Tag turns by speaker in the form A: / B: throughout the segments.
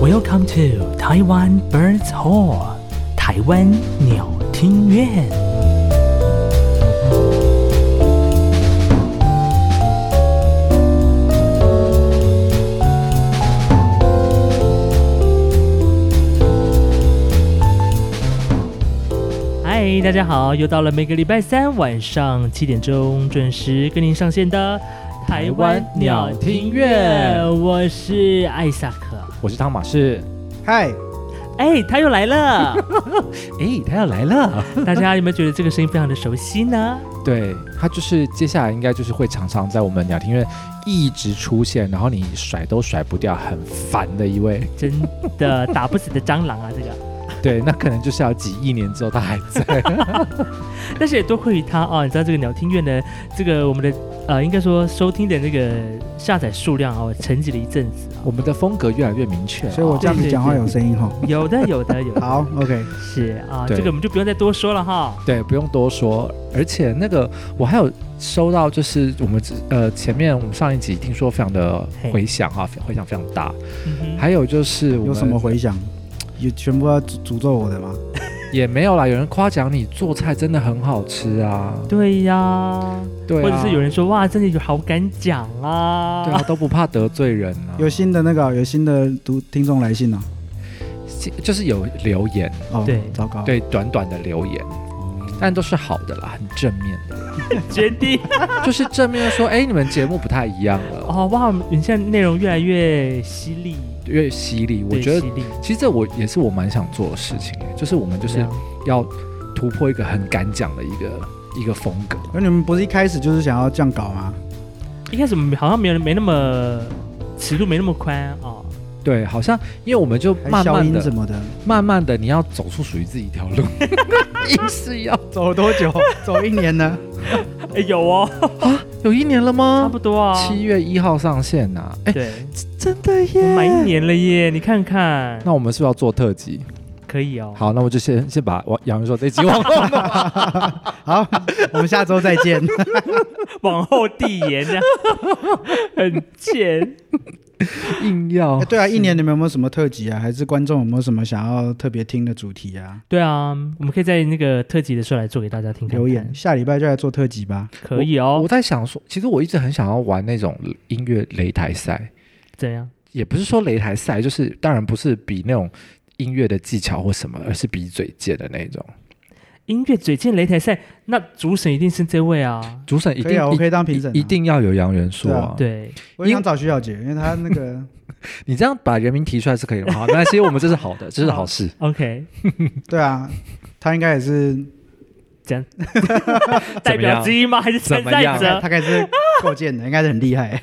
A: Welcome to Taiwan Birds Hall，台湾鸟听院。嗨，大家好，又到了每个礼拜三晚上七点钟准时跟您上线的台湾鸟听院，我是艾萨克。
B: 我是汤马士。
C: 嗨，
A: 哎，他又来了！
B: 哎，他要来了。
A: 大家有没有觉得这个声音非常的熟悉呢？
B: 对他就是接下来应该就是会常常在我们鸟听院一直出现，然后你甩都甩不掉，很烦的一 位。
A: 真的打不死的蟑螂啊，这个！
B: 对，那可能就是要几亿年之后他还 在。
A: 但是也多亏于他啊、你知道这个鸟听院的这个我们的呃，应该说收听的那个下载数量哦，沉寂了一阵子啊、
B: 我们的风格越来越明确了。哦
C: 所以我这样子讲话有声音哈。
A: 有的，有的，有 的。
C: 好，OK，
A: 是啊，
B: 对
A: 这个我们就不用再多说了哈。
B: 对，不用多说。而且那个我还有收到，就是我们之呃前面我们上一集听说非常的
A: 嘿
B: 回响啊，回响非常大。
A: 嗯哼
B: 还有就是我
C: 有什么
B: 们
C: 回响？有全部要诅诅咒我的吗？
B: 也没有啦，有人夸奖你做菜真的很好吃啊，
A: 对呀、
B: 对啊，
A: 或者是有人说哇，真的有好敢讲啊。
B: 对啊都不怕得罪人啊，
C: 有新的那个，有新的读听众来信了。
B: 就是有留言。
C: 哦，
A: 对
C: 糟糕。，
B: 对短短的留言，但都是好的啦，很正面的 啦，
A: 决定
B: 就是正面的说，哎、你们节目不太一样了，
A: 哦，哇，你现在内容越来越犀利，
B: 越犀利。我
A: 对
B: 觉得
A: 犀利
B: 其实这我也是我蛮想做的事情，欸就是我们就
A: 这
B: 是
A: 样
B: 要突破一个很敢讲的一个一个风格。
C: 而你们不是一开始就是想要这样搞吗？
A: 一开始好像没有没那么尺度没那么宽哦，
B: 对，好像因为我们就
C: 还
B: 慢
C: 消
B: 慢
C: 音什
B: 的、
C: 么的，
B: 慢慢的，你要走出属于自己一条 路，硬是要
C: 走多久？ 走一 年呢？
A: 哎有哦，
B: 有一年了
A: 差
B: 吗？
A: 不多啊，
B: 七月一号上线呐、哎、
A: 对，
B: 真的
A: 我
B: 耶！
A: 满一年了耶，你看看，
B: 那我们是不是要做特辑？
A: 可以哦，
B: 好，那我就先先把王杨云说这集往 后
C: 好，我们下周再见。
A: 往后递延 这样，很贱，
B: 硬要
C: 哎。对啊，一年你们有没有什么特辑啊？还是观众有没有什么想要特别听的主题啊？
A: 对啊，我们可以在那个特辑的时候来做给大家听看看
C: 留言，下礼拜就来做特辑吧。
A: 可以哦
B: 我，在想说，其实我一直很想要玩那种音乐擂台赛，
A: 怎样？
B: 也不是说擂台赛，就是当然不是比那种音乐的技巧或什么，而是比嘴贱的那种。
A: 音乐嘴贱擂台赛，那主审一定是这位啊，
B: 主审一
C: 可以
B: 定、
C: 啊，我可以当评审啊。
B: 一一定要有杨元硕啊！
A: 对，
C: 我也想找徐小姐，因为她 那个
B: 你这样把人名提出来是可以 的。好，那其实我们这是好的，这是好事。
A: OK，
C: 对啊，她应该也是
A: 代表之一吗？还是参赛
B: 怎么
C: 他
A: 者？
C: 大概是构建的，应该是很厉害。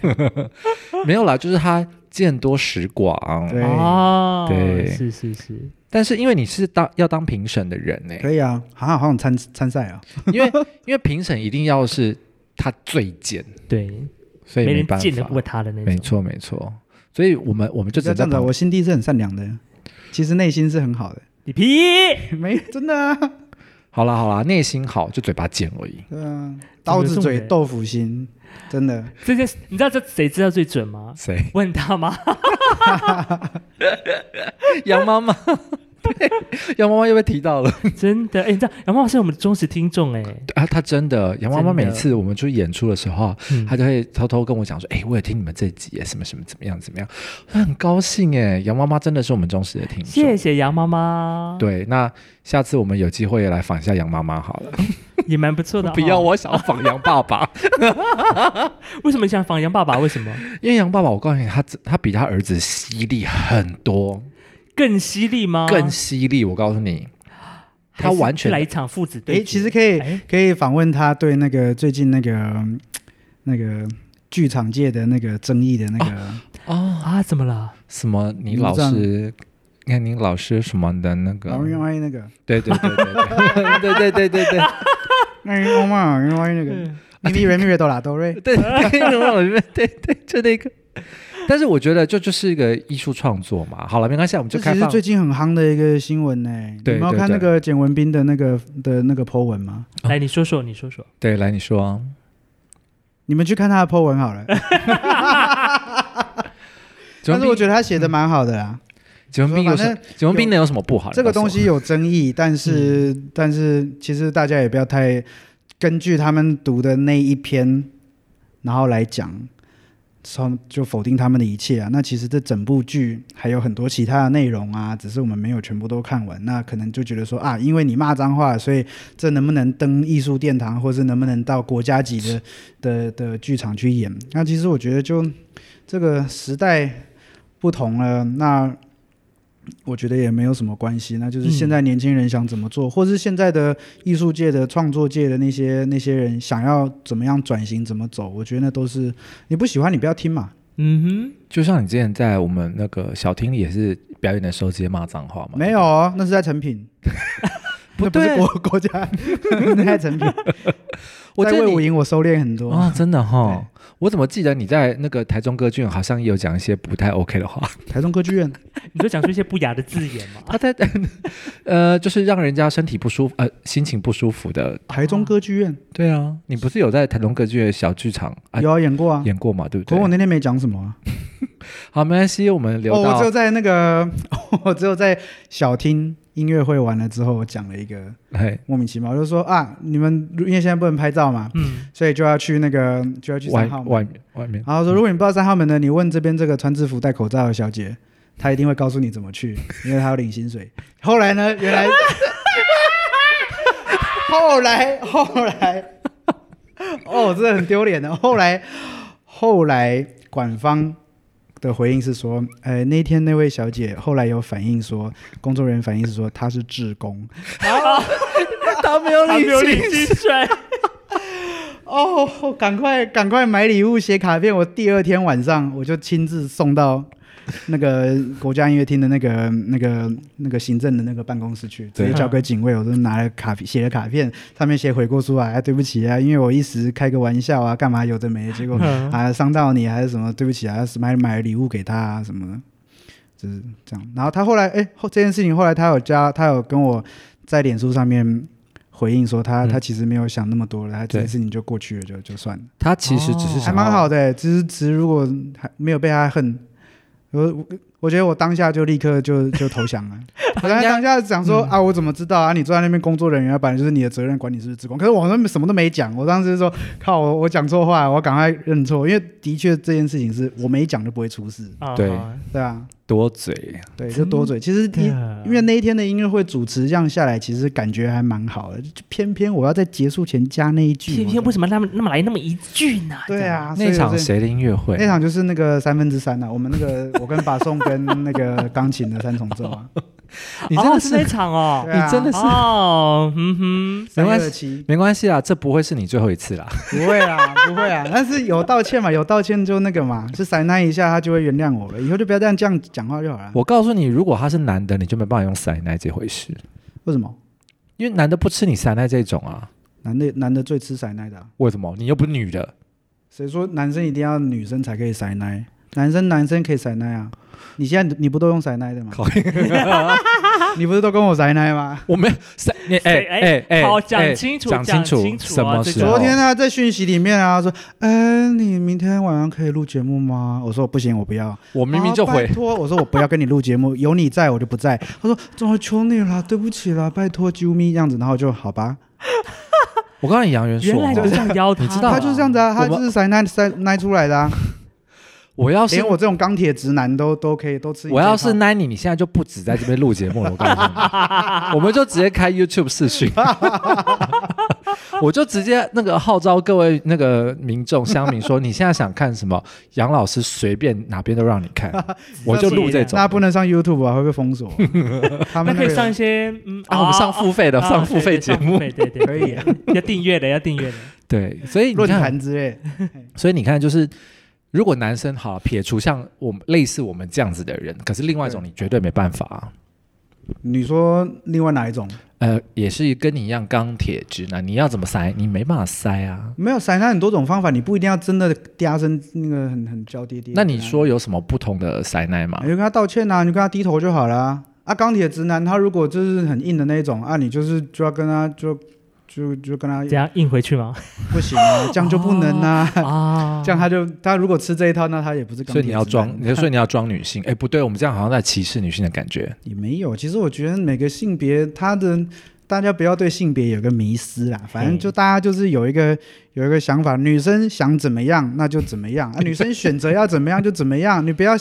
B: 没有啦，就是他见多识广。
C: 对
A: 哦，
B: 对
A: 是是是，
B: 但是因为你是当要当评审的人呢、
C: 可以啊，好像好想参参赛啊。
B: 因为因为评审一定要是他最贱，
A: 对，
B: 所以
A: 没人
B: 办
A: 见得过
B: 法。
A: 他的那
B: 没
A: 种。
B: 错没错，所以我们我们就
C: 就
B: 只
C: 这
B: 能在
C: 样子啊，
B: 旁
C: 我心地是很善良的，其实内心是很好的。
A: 你屁！
C: 没真的啊，
B: 好啦好啦，内心好就嘴巴贱而已。
C: 对啊， 刀子嘴豆腐心，真的。
A: 这件事你知道这谁知道最准吗？
B: 谁？
A: 问他妈，
B: 杨妈妈。 对，杨妈妈又被提到了
A: 真的哎、你知道杨妈妈是我们的忠实听众哎、
B: 啊！她真的，杨妈妈
A: 真的
B: 每次我们出去演出的时候，啊
A: 嗯
B: 她就会偷偷跟我讲说：“哎、我有听你们这集耶，什么什么怎么样怎么样。”她很高兴哎，杨妈妈真的是我们忠实的听众。
A: 谢谢杨妈妈，，
B: 对，那下次我们有机会也来访一下杨妈妈好了。
A: 也蛮不错的、哦。
B: 不要，，我想要访杨爸爸，
A: 为什么想仿杨爸爸？为什么
B: 因为杨爸爸，我告诉你，他他比他儿子犀利很多，
A: 更犀利吗？
B: 更犀利。我告诉你，
A: 还
B: 他
A: 是
B: 完全
A: 来一场父子对
C: 诶，
A: 决。
C: 其实可以
A: 哎
C: 可以访问他对那个最近那个嗯那个剧场界的那个争议的那个，
B: 哦，
A: 啊，怎么了？
B: 什么倪老师，看倪老师什么的那个
C: 然，后因哦为那个，
B: 对对对对对对对对对对
C: 那因嘛，因为 那个，啊咪咪瑞咪瑞哆啦哆瑞，
B: 对，倪老师对对就那个。但是我觉得这就是一个艺术创作嘛。好了，没关系，我们
C: 这
B: 就
C: 其
B: 开
C: 实
B: 放。
C: 最近很夯的一个新闻呢。
B: 对
C: 你们有
B: 对
C: 看那
B: 对
C: 个简文斌的那个的那个 po 文吗？
A: 来，你说说，你说说。
B: 对，来你说，
C: 你们去看他的 po 文好了。但是我觉得他写的蛮好的啦，
B: 解封冰有什
C: 反
B: 么？解封冰能有什么不好？
C: 这个东西有争议，但是、但是其实大家也不要太根据他们读的那一篇，然后来讲，从就否定他们的一切啊。那其实这整部剧还有很多其他的内容啊，只是我们没有全部都看完。那可能就觉得说啊，因为你骂脏话，所以这能不能登艺术殿堂，或是能不能到国家级的的的剧场去演？那其实我觉得就这个时代不同了，那我觉得也没有什么关系。那就是
B: 嗯
C: 现在年轻人想怎么做，或是现在的艺术界的创作界的那些那些人想要怎么样转型、怎么走，我觉得那都是你不喜欢你不要听嘛。
A: 嗯
B: 就像你之前在我们那个小厅里也是表演的时候直接骂脏话嘛？
C: 没有哦，那是在 成品，
B: 不
C: 那不是
B: 对
C: 国国家， 那在成品。
B: 我
C: 在
B: 记得
C: 魏
B: 你
C: 武营我收敛很多，
B: 啊、真的哈！我怎么记得你在那个台中歌剧院好像也有讲一些不太 OK 的 话？。
C: 台中歌剧院
A: 哼，你就讲出一些不雅的字眼嘛
B: 啊，对对，呃，就是让人家身体不舒服，呃，心情不舒服的。
C: 台中歌剧院
B: 对啊，你不是有在台中歌剧院小剧场啊、
C: 有啊演过啊，
B: 演过嘛？对不
C: 可我
B: 对？
C: 那天没讲什么啊。
B: 好，没关系，我们留
C: 哦，我
B: 到、
C: 只有在那个， 我只有在小厅音乐会完了之后，我讲了一个
B: 嘿
C: 莫名其妙，我就说啊，你们因为现在不能拍照嘛，
A: 嗯，
C: 所以就要去那个就要去
B: 外
C: 三号门。
B: 外面外面。
C: 然后说，如果你不知道三号门呢，你问这边这个穿制服戴口罩的小姐，她一定会告诉你怎么去， 因为她要领薪水。后来呢，原来， 后来后来， 哦，真的很丢脸的。后来后来，管方的回应是说，呃，那天那位小姐后来有反映说，工作人员反映是说她是志工。
B: 他没有
A: 他没有领薪水，
C: 哦，赶快赶快买礼物写卡片！我第二天晚上我就亲自送到那个国家音乐厅的那个 那个那个行政的那个办公室去，直
B: 对
C: 接交给警卫。我就拿了卡片写了卡片，上面写悔过书啊，啊对不起啊，因为我一时开个玩笑啊，干嘛有的没的，结果
A: 嗯
C: 啊伤到你还是什么，对不起啊，买买了礼物给他啊什么的，就是这样。然后他后来哎后这件事情后来他有加他有跟我在脸书上面。回应说他、
B: 嗯
C: 他其实没有想那么多了，他这
B: 对
C: 件事情就过去了，就就算了。
B: 他其实只是
A: 哦
B: 想
C: 还
B: 要
C: 蛮好的、其实其实如果还没有被他恨，我我我觉得我当下就立刻就就投 降了。我当当下想
B: 嗯
C: 说、啊，我怎么知道啊？你坐在那边工作人员，本来就是你的责任，管你是不是职工。可是我那边什么都没讲，我当时就说靠，我我讲错话，我要赶快认错，因为的确这件事情是我没讲就不会出事，
A: 啊
B: 对
A: 好
C: 对啊，
B: 多嘴，
C: 对，就多嘴。其实你
A: 啊
C: 因为那一天的音乐会主持这样下来，其实感觉还蛮好的，就偏偏我要在结束前加那一句，
A: 偏偏
C: 我
A: 为什么他们那么来那么一句呢？
C: 对啊，所以
B: 那
C: 我
B: 场
C: 是
B: 谁的音乐会？
C: 那场就是那个三分之三啊，我们那个我跟把宋跟那个钢琴的三重奏啊，
A: 这
B: 你
A: 样，
B: 真
A: 哦
B: 的
A: 是
B: 是，
A: 那场哦，
C: 对啊
B: 你真 的是，
A: 哦，嗯
C: 三
B: 没关系
C: 二七
B: 没关系啦，这不会是你最后一次啦。
C: 不会啊，不会啊， 但是有道歉嘛，有道歉就那个嘛，就塞那一下，他就会原谅我了，以后就不要这样这样讲话就好了。
B: 我告诉你，如果他是男的，你就没办法用塞奶这回事，
C: 为什么
B: 因为男的不吃你塞奶这种啊。
C: 男的男的最吃塞奶的啊、
B: 为什么？你又不是女的，
C: 谁说男生一定要女生才可以塞奶？男生男生可以塞奶啊？你现在你不都用塞奶的吗？ 你不是都跟我塞奶吗？
B: 我没有塞你
A: 哎
B: 哎哎哎，
A: 好
B: 哎
A: 讲清楚
B: 讲
A: 讲
B: 楚
A: 清楚啊
B: 什么
A: 这
B: 时
A: 对啊
B: 候？
C: 昨天呢、在讯息里面啊，说，嗯、你明天晚上可以录节目吗？我说不行，我不要。
B: 我明明就
C: 啊
B: 回
C: 拜，托，我说我不要跟你录节目，有你在我就不在。他说：“怎么求你了，对不起啦，拜托啾咪这样子。”然后我就好吧，
B: 我告诉你，杨元
A: 哼，原
B: 硕
A: 来
B: 哦，
A: 你这样邀他的，
B: 你知道
C: 他就是这样子啊，他
B: 我们
C: 就是塞奶塞奶出来的啊，
B: 我要哦是
C: 连我这种钢铁直男都都可以都吃你这
B: 我
C: 一套。啊
B: 要是奈你，你现在就不止在这边录节目了。我告诉你， 我们就直接开 YouTube 视讯， 我就直接那个号召各位那个民众乡民说，你现在想看什么，杨老师随便哪边都让你 看，我就录这种。
C: 那不能上 YouTube 啊，会被封锁。他
A: 那
C: 们
A: 可以
C: 个
A: 上一些嗯
B: 啊，我们上付费的，
A: 啊
B: 上付费节目，
A: 对对对，对
C: 可以啊，
A: 要订阅的，要订阅 的，
B: 对，所以你
C: 论
B: 看，
C: 坛之类，
B: 所以你看，就是如果男生好撇除像我们类似我们这样子的人，可是另外一种你绝对没办法、啊，
C: 你说另外哪一种？
B: 呃，也是跟你一样钢铁直男，你要怎么塞，你没办法塞啊。
C: 没有塞奶很多种方法，你不一定要真的嗲声那个很很娇滴滴。
B: 那你哎说有什么不同的塞奶吗
C: 你？就跟他道歉啊，你就跟他低头就好了啊。啊，钢铁直男他如果就是很硬的那一种啊，你就是就要跟他就就就跟他
A: 这样硬回去吗？
C: 不行啊，这样就不能啊，
A: 啊，
C: 这样他就他如果吃这一套，那他也不是钢
B: 哦所
C: 铁
B: 以你要
C: 直男
B: 装，你所以你要装女性。哎，不对，我们这样好像在歧视女性的感觉。
C: 也没有。其实我觉得每个性别，他的大家不要对性别有个迷失啦，反正就大家就是有一个有一个想法，女生想怎么样那就怎么样，啊、 女生选择要怎么样就怎么样，你不要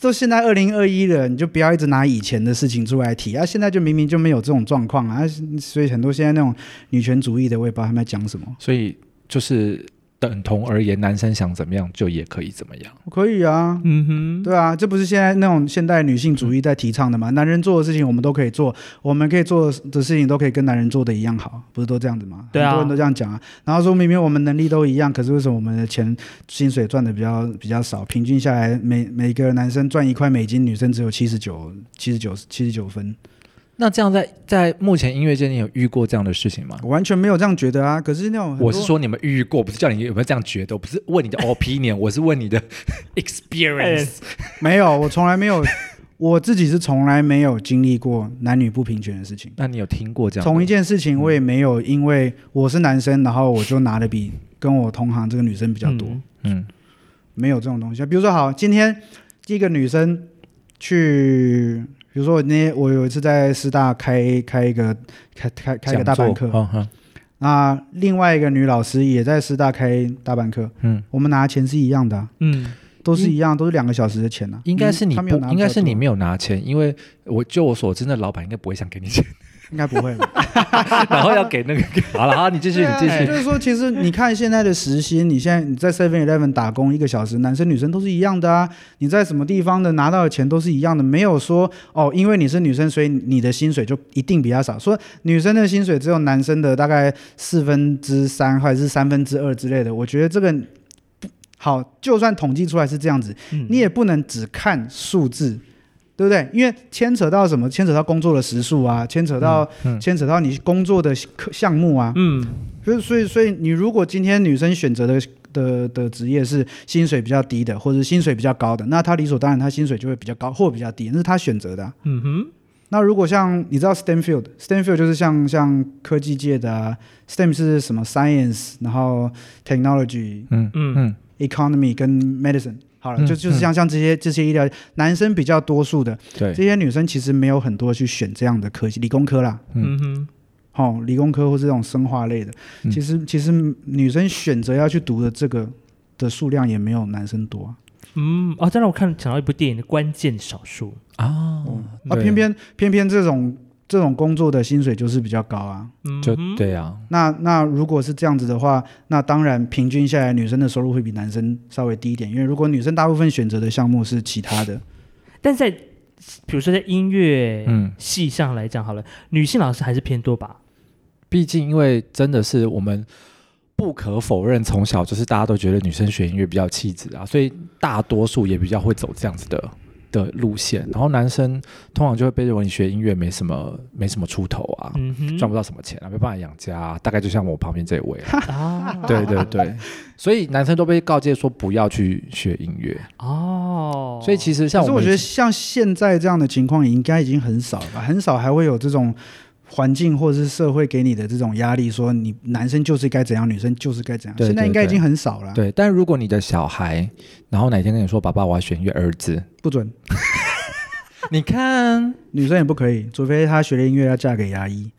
C: 都现在二零二一了，你就不要一直拿以前的事情出来提啊。现在就明明就没有这种状况啊，啊所以很多现在那种女权主义的，我也不知道他们在讲什么。
B: 所以就是等同而言，男生想怎么样就也可以怎么样。
C: 可以啊，
A: 嗯哼，
C: 对啊，这不是现在那种现代女性主义在提倡的吗？男人做的事情我们都可以做，我们可以做的事情都可以跟男人做的一样好，不是都这样子吗？
A: 对啊
C: 很多人都这样讲啊。然后说明明我们能力都一样，可是为什么我们的钱薪水赚的比较比较少？平均下来每每个男生赚一块美金，女生只有七十九七十九七十九分，
B: 那这样在在目前音乐界，你有遇过这样的事情吗？
C: 我完全没有这样觉得啊。可是那种很多
B: 我是说你们遇过，不是叫你有没有这样觉得，我不是问 你的 opinion，我是问你的
A: 哎
C: 哎
B: experience。
C: 没有，我从来没有，我自己是从来没有经历过男女不平权的事情。
B: 那你有听过这样的？
C: 同一件事情，我也没有因为我是男生，然后我就拿的比跟我同行这个女生比较多，
A: 嗯
B: 嗯
C: 没有这种东西。比如说，好，今天一个女生去，比如说我那天我有一次在师大开开一个开开开一个大班课，
B: 嗯嗯
C: 那另外一个女老师也在师大开大班课，
B: 嗯，
C: 我们拿的钱是一样的啊、
A: 嗯，
C: 都是一样，都是两个小时的钱啊。
B: 应该是你
C: 他
B: 不
C: 没有拿，
B: 应该是你，没有拿钱，因为我就我所知，那老板应该不会想给 你钱，
C: 应该不会吧。
B: 然后要给那个。好了，好，你继续，
C: 对
B: 你
C: 啊
B: 继
C: 就
B: 续。
C: 是说，其实你看现在的时薪，你现在你在 Seven Eleven 打工一个小时，男生女生都是一样的啊。你在什么地方的拿到的钱都是一样的，没有说哦，因为你是女生，所以你的薪水就一定比较少。说女生的薪水只有男生的大概四分之三或者是三分之二之类的，我觉得这个不好，就算统计出来是这样子，
A: 嗯
C: 你也不能只看数字。对不对？因为牵扯到什么？牵扯到工作的时数啊，牵扯到、
B: 嗯嗯
C: 牵扯到你工作的科项目啊。
A: 嗯
C: 所以，所以，所以你如果今天女生选择的的的职业是薪水比较低的，或者薪水比较高的，那她理所当然她薪水就会比较高或比较低，那是她选择的啊、
A: 嗯哼，
C: 那如果像你知道 Stanfield，Stanfield 就是像像科技界的、啊、STEM 是什么 Science，然后 Technology、
B: 嗯
A: 嗯
B: 嗯
C: Economy 跟 Medicine。好了，
B: 嗯
C: 就就是像像这些这些医疗，男生比较多数的，
B: 对
C: 这，些女生其实没有很多去选这样的科系，理工科啦。
A: 嗯哼，
C: 哦，理工科或是这种生化类的，
B: 嗯
C: 其实其实女生选择要去读的这个的数量也没有男生多啊，
A: 嗯，哦，这让我看想到一部电影的关键少数，
B: 啊
C: 啊偏偏偏偏这种这种工作的薪水就是比较高啊。
A: 嗯
B: 就
A: 哼，
B: 对啊，
C: 那那如果是这样子的话，那当然平均下来女生的收入会比男生稍微低一点，因为如果女生大部分选择的项目是其他的，
A: 但在比如说在音乐
B: 嗯，
A: 系上来讲好了，女性老师还是偏多吧？
B: 毕竟因为真的是我们不可否认，从小就是大家都觉得女生学音乐比较有气质啊，所以大多数也比较会走这样子的的路线。然后男生通常就会被认为你学音乐没什么没什么出头啊，
A: 嗯哼，
B: 赚不到什么钱啊，没办法养家、啊，大概就像我旁边这位 啊、
A: 啊，
B: 对对对，所以男生都被告诫说不要去学音乐。
A: 哦，
B: 所以其实像
C: 可
B: 我们
C: 是我觉得像现在这样的情况也应该已经很少了吧，很少还会有这种环境或者是社会给你的这种压力，说你男生就是该怎样，女生就是该怎样。
B: 对
C: 现在
B: 对
C: 应该已
B: 对
C: 经很少了，
B: 对，但如果你的小孩，然后哪天跟你说爸爸我要学音乐，儿子，
C: 不准
B: 你看
C: 女生也不可以，除非她学了音乐要嫁给牙医。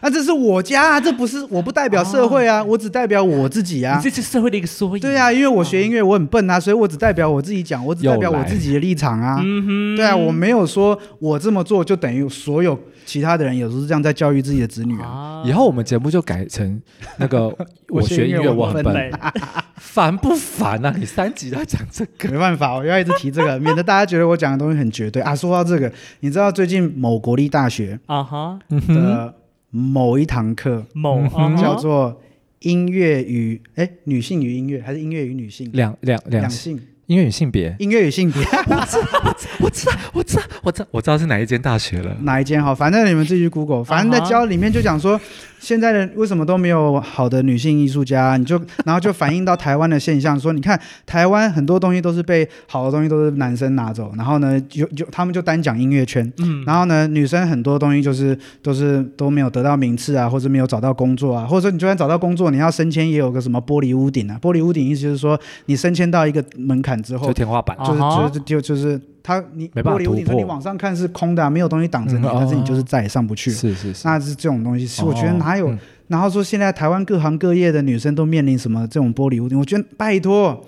C: 啊，这是我家啊，这不是我不代表社会
B: 哦
C: 啊，我只代表我自己啊
A: 你。这是社会的一个缩影。
C: 对啊，因为我学音乐我很笨啊，所以我只代表我自己讲，我只代表
B: 哦又来
C: 我自己的立场啊。
A: 嗯哼，
C: 对啊，我没有说我这么做就等于所有其他的人也都是这样在教育自己的子女
A: 啊
C: 啊。
B: 以后我们节目就改成那 个我学音乐我很笨，烦不烦啊？你三集都在讲这个，
C: 没办法，我要一直提这个，免得大家觉得我讲的东西很绝对啊。说到这个，你知道最近某国立大学
A: 啊哈，
C: 的某一堂课
A: 某
B: 嗯
A: 啊
B: 哼
A: 哈
C: 叫做音乐与哎女性与音乐，还是音乐与女性
B: 两两两
C: 两性。
B: 音乐与性别
C: 音乐与性别
B: 我知道，我知道，我知道，我知道是哪一间大学了。
C: 哪一间好？反正你们自己去 Google。反正在教里面就讲说，现在的为什么都没有好的女性艺术家？你就 然后就反映到台湾的现象，说你看台湾很多东西都是被好的东西都是男生拿走，然后呢，就就他们就单讲音乐圈，
A: 嗯，
C: 然后呢，女生很多东西就是都是都没有得到名次啊，或者没有找到工作啊，或者说你就算找到工作，你要升迁也有个什么玻璃屋顶啊。玻璃屋顶意思就是说，你升迁到一个门槛之后哦
B: 就，天花板，
C: 就是
A: 啊哈
C: 就是就就是它你
B: 没办法
C: 玻璃屋顶
B: 突
C: 说
B: 破
C: 你往上看是空的、啊，没有东西挡着你，
B: 嗯
C: 但是你
B: 哦
C: 就是再也上不去了。
B: 是是是，
C: 那是这种东西，是我觉得
B: 哦
C: 哪有？
B: 嗯
C: 然后说现在台湾各行各业的女生都面临什么这种玻璃屋顶？我觉得拜托，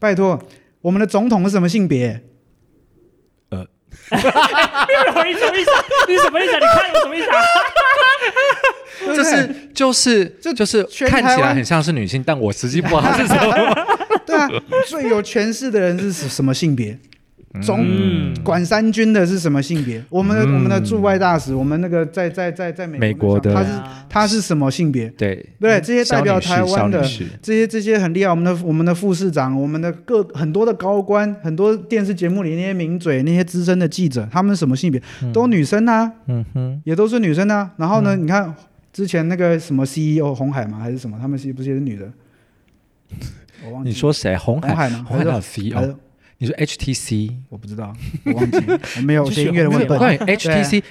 C: 拜托，我们的总统是什么性别？
A: 六 楼你什么意思？你什么意思？你看我什么意思啊？
C: 对不对
B: 就是就是
C: 这
B: 就是
C: 全
B: 看
C: 台
B: 起来
C: 湾
B: 很像是女性，但我实际不知道她是什么。
C: 对啊，最有权势的人是什什么性别？ 总
A: 嗯
C: 管三军的是什么性别？我们的、
B: 嗯
C: 我们的驻外大使，我们那个在在在在美
B: 美国
C: 那
B: 的
A: 对
C: 上他是
A: 啊
C: 他是什么性别？
B: 对
C: 对，这些代表台
B: 肖
C: 湾
B: 女
C: 的
B: 士肖女士
C: 这些这些很厉害，我们的我们的副市长，我们的各很多的高官，很多电视节目里那些名嘴、那些资深的记者，他们什么性别？都女生啊，
B: 嗯哼，
C: 也都是女生啊。然后呢，
B: 嗯
C: 你看之前那个什么 CEO 红海嘛，还是什么，他们是不是也是女的？我忘记
B: 你说谁？红
C: 红
B: 海，
C: 海吗？
B: 红海的
C: 还
B: CEO，
C: 是
B: 哦你说 HTC，
C: 我不知道，我忘记了，我 没有
A: 你去
C: 学音乐的
A: 我
C: 问
A: 们
B: 我
C: 本
A: 问。
B: 告诉你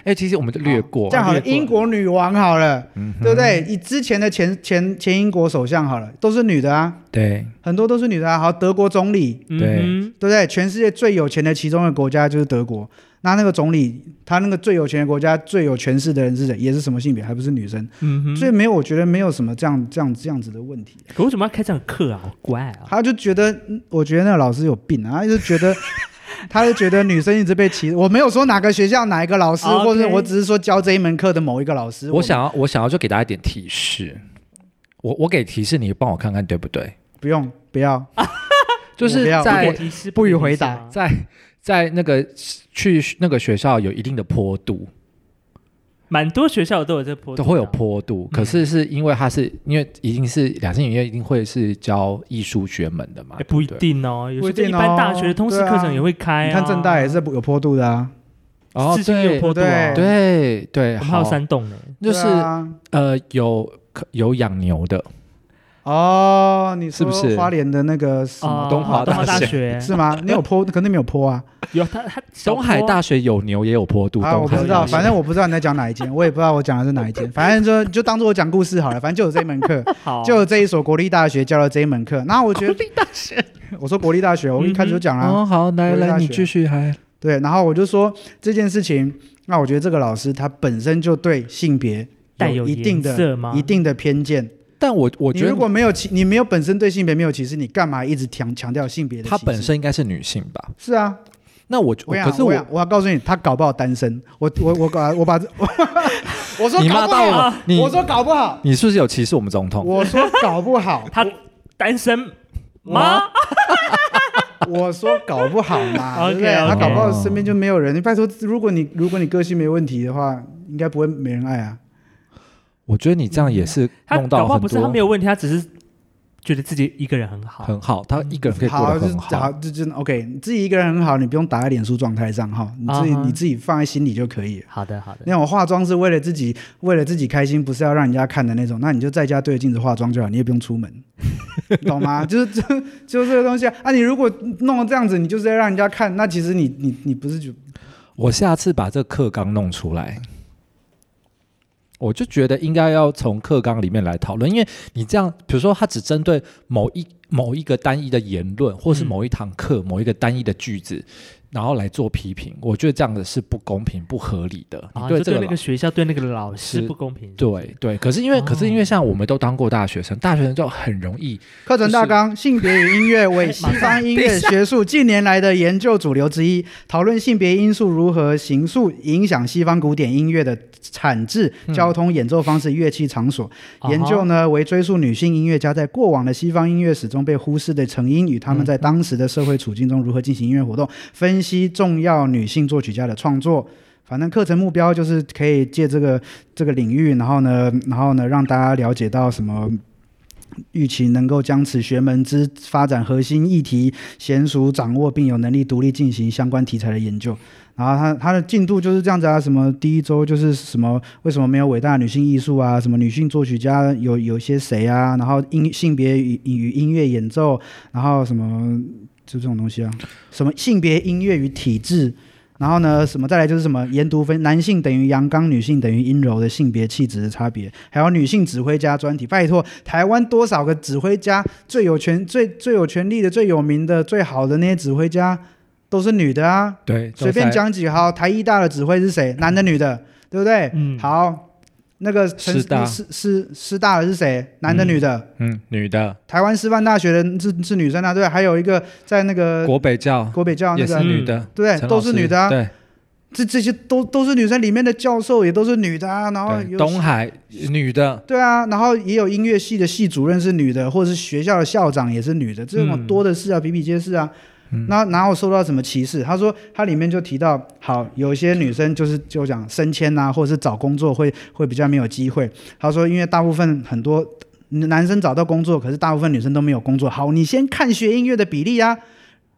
B: HTC，HTC 我们就略过
C: 这。样好了，
A: 略过
C: 英国女王好了，
B: 嗯
C: 对不对？以之前的前前前英国首相好了，都是女的啊，
B: 对，
C: 很多都是女的啊。好，德国总理，
B: 对
A: 嗯
C: 对不对？全世界最有钱的其中的国家就是德国。那那个总理，他那个最有钱的国家最有权势的人是谁？也是什么性别？还不是女生？
A: 哼嗯哼，
C: 所以没有，我觉得没有什么这样这样这样子的问题。啊
A: 可为什么要开这样的课啊？好怪啊！
C: 他就觉得，嗯我觉得那个老师有病啊，他就觉得。 他就觉得女生一直被歧视，我没有说哪个学校哪一个老师
A: OK
C: 或者我只是说教这一门课的某一个老师。
B: 啊我想要我想要就给大家一点提示，我我给提示，你帮我看看对不对？
C: 不用不要，
B: 就
C: 我
B: 是
C: 不要
A: 不给
B: 在
A: 提示，
C: 不予
A: 给提
C: 回
A: 示
C: 答
A: 吗
B: 在在那个去那个学校有一定的坡度，
A: 蛮多学校都有这坡度啊，
B: 都会有坡度，可是是因为它是因为一定是两性影院一定会是教艺术学门的嘛
A: 哎，，不一
B: 对对
A: 定哦，有
C: 不
A: 时
C: 一
A: 候
C: 定
A: 一般
C: 哦
A: 大学的通识
C: 对啊
A: 课程也会
B: 哎
A: 开啊。
C: 你看正大也是有坡度的啊，
B: 哦
A: 自信也有
B: 对
A: 坡度啊，
C: 对
B: 对对，
A: 我们还有
B: 好
A: 山洞呢。
B: 就是
C: 对啊
B: 呃有有养牛的，
C: 哦，你
B: 是不
C: 说
B: 是
C: 花莲的那个什么
A: 哦
B: 东华
A: 东华
B: 大
A: 大学
C: 是吗？你有坡，肯定没有坡啊。
A: 有他他
B: 东海大学有牛也有坡度，
C: 啊，我
B: 东
C: 不
B: 海
C: 知
B: 大
C: 道，
B: 学
C: 反正我不知道你在讲哪一间，我也不知道我讲的是哪一间，反正就你就当做我讲故事好了。反正就有这一门课，
B: 哦
A: 好
C: 就有这一所国立大学教了这一门课。然后我觉得国立大学， 我说国立大学，我一开始就讲了啊、
B: 哦好，来
C: 国立大
B: 来你
C: 学
B: 继续还
C: 对，然后我就说这件事情，那我觉得这个老师他本身就对性别
A: 带有
C: 一定
A: 颜色
C: 的
A: 吗
C: 一定的偏见。
B: 但我我
C: 你
B: 觉
C: 如果
B: 得
C: 没有歧，你没有本身对性别没有歧视，你干嘛一直强强调性别的歧
B: 她
C: 视？
B: 本身应该是女性吧？
C: 是啊，
B: 那我我
C: 我想
B: 可是
C: 我
B: 我
C: 想我要告诉你，他搞不好单身。我我我搞我把 我说
B: 你
C: 搞
B: 骂
C: 不
B: 到
C: 好，
A: 啊
B: 我，你
C: 我说搞不好，
B: 你是不是有歧视我们总统？
C: 我说搞不好
A: ，他单身吗？
C: 我说搞不好嘛，对不对？
A: OK，OK
C: 他搞不好身边就没有人。拜托，如果你如果你个性没问题的话，应该不会没人爱啊。
B: 我觉得你这样也是
A: 嗯他
B: 弄
A: 搞
B: 到
A: 不好
B: 很
A: 不是他没
B: 多
A: 有问题，他只是觉得自己一个人很好。
B: 很好，他一个人可以过
C: 嗯好，
B: 得
C: 就
B: 很
C: 是
B: 好
C: 好，。就真的 OK。你自己一个人很好，你不用打在脸书状态上哈，你自己
A: 啊哈
C: 你自己放在心里就可以了。
A: 好的，好的，
C: 那种化妆是为了自己，为了自己开心，不是要让人家看的那种。那你就在家对着镜子化妆就好，你也不用出门，你懂吗？就是就就是这个东西啊。啊你如果弄成这样子，你就是要让人家看，那其实你你你不是就
B: 我下次把这课纲弄出来，我就觉得应该要从课纲里面来讨论，因为你这样，比如说他只针对某一某一个单一的言论，或是
A: 嗯
B: 某一堂课、某一个单一的句子，然后来做批评，我觉得这样的是不公平、不合理的。
A: 啊，
B: 你
A: 就
B: 对这
A: 对
B: 个
A: 那
B: 老
A: 个学校，对那个老师
B: 是
A: 不公平。
B: 对哦对，可是因为、可是因为像我们都当过大学生，大学生就很容易
C: 课程大纲、性别与音乐为西方音乐学术近年来的研究主流之一，讨论性别因素如何形塑影响西方古典音乐的产制、交通、演奏方式、乐器、场所。
A: 啊哈
C: 研究呢为追溯女性音乐家在过往的西方音乐史中被忽视的成因与他们在当时的社会处境中如何进行音乐活动，分析重要女性作曲家的创作。反正课程目标就是可以借这个这个领域，然后呢，然后呢，让大家了解到什么预期能够将此学门之发展核心议题娴熟掌握，并有能力独立进行相关题材的研究。然后它它的进度就是这样子啊，什么第一周就是什么为什么没有伟大的女性艺术啊，什么女性作曲家有有些谁啊，然后音性别与与音乐演奏，然后什么就这种东西啊，什么性别音乐与体制。然后呢，什么再来就是什么研读分男性等于阳刚，女性等于阴柔的性别气质的差别，还有女性指挥家专题。拜托，台湾多少个指挥家最有权、最最有权力的、最有名的、最好的那些指挥家都是女的啊！
B: 对，
C: 随便讲几号，台艺大的指挥是
B: 嗯
C: 谁？男的、女的，对不对？
A: 嗯
C: 好，那个陈
B: 师大
C: 师师师大的是谁？男的、
A: 嗯
C: 女的？
B: 嗯，女的，
C: 台湾师范大学的是是女生啊，对，还有一个在那个
B: 国北教
C: 国北教那
B: 也
C: 个
B: 是
A: 嗯，
B: 女的，
C: 对不
B: 陈老
C: 对？都是
B: 师
C: 女的啊。
B: 对
C: 这这些都都是女生，里面的教授也都是女的啊，然后
B: 对，
C: 有
B: 东海女的，
C: 对啊，然后也有音乐系的系主任是女的，或者是学校的校长也是女的，这种
A: 嗯
C: 多的是啊，比比皆是啊。那哪有受到什么歧视？他说他里面就提到，好，有一些女生就是就讲升迁啊，或者是找工作会会比较没有机会。他说，因为大部分很多男生找到工作，可是大部分女生都没有工作。好，你先看学音乐的比例啊。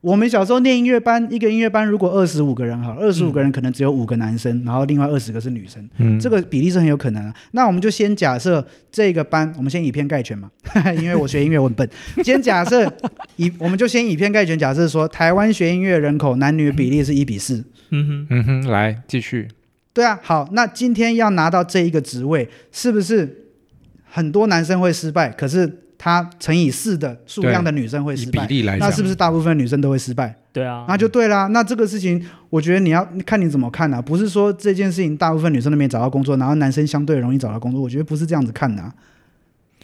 C: 我们小时候念音乐班，一个音乐班如果二十五个人好，二十五个人可能只有五个男生，然后另外二十个是女生。
B: 嗯，
C: 这个比例是很有可能、啊。那我们就先假设这个班，我们先以偏概全嘛， 因为我学音乐我很笨。先假设以，我们就先以偏概全，假设说台湾学音乐人口男女比例是一比四。
A: 嗯哼，
B: 嗯哼，来继续，
C: 对啊，好，那今天要拿到这一个职位，是不是很多男生会失败？可是他乘以四的数量的女生会
B: 以
C: 失
B: 比
C: 败，
B: 例来
C: 那
B: 讲，
C: 是不是大部分女生都会失败？
A: 对啊，
C: 那就对啦。那这个事情，我觉得你要看你怎么看啊。不是说这件事情大部分女生都没找到工作，然后男生相对容易找到工作，我觉得不是这样子看的、啊。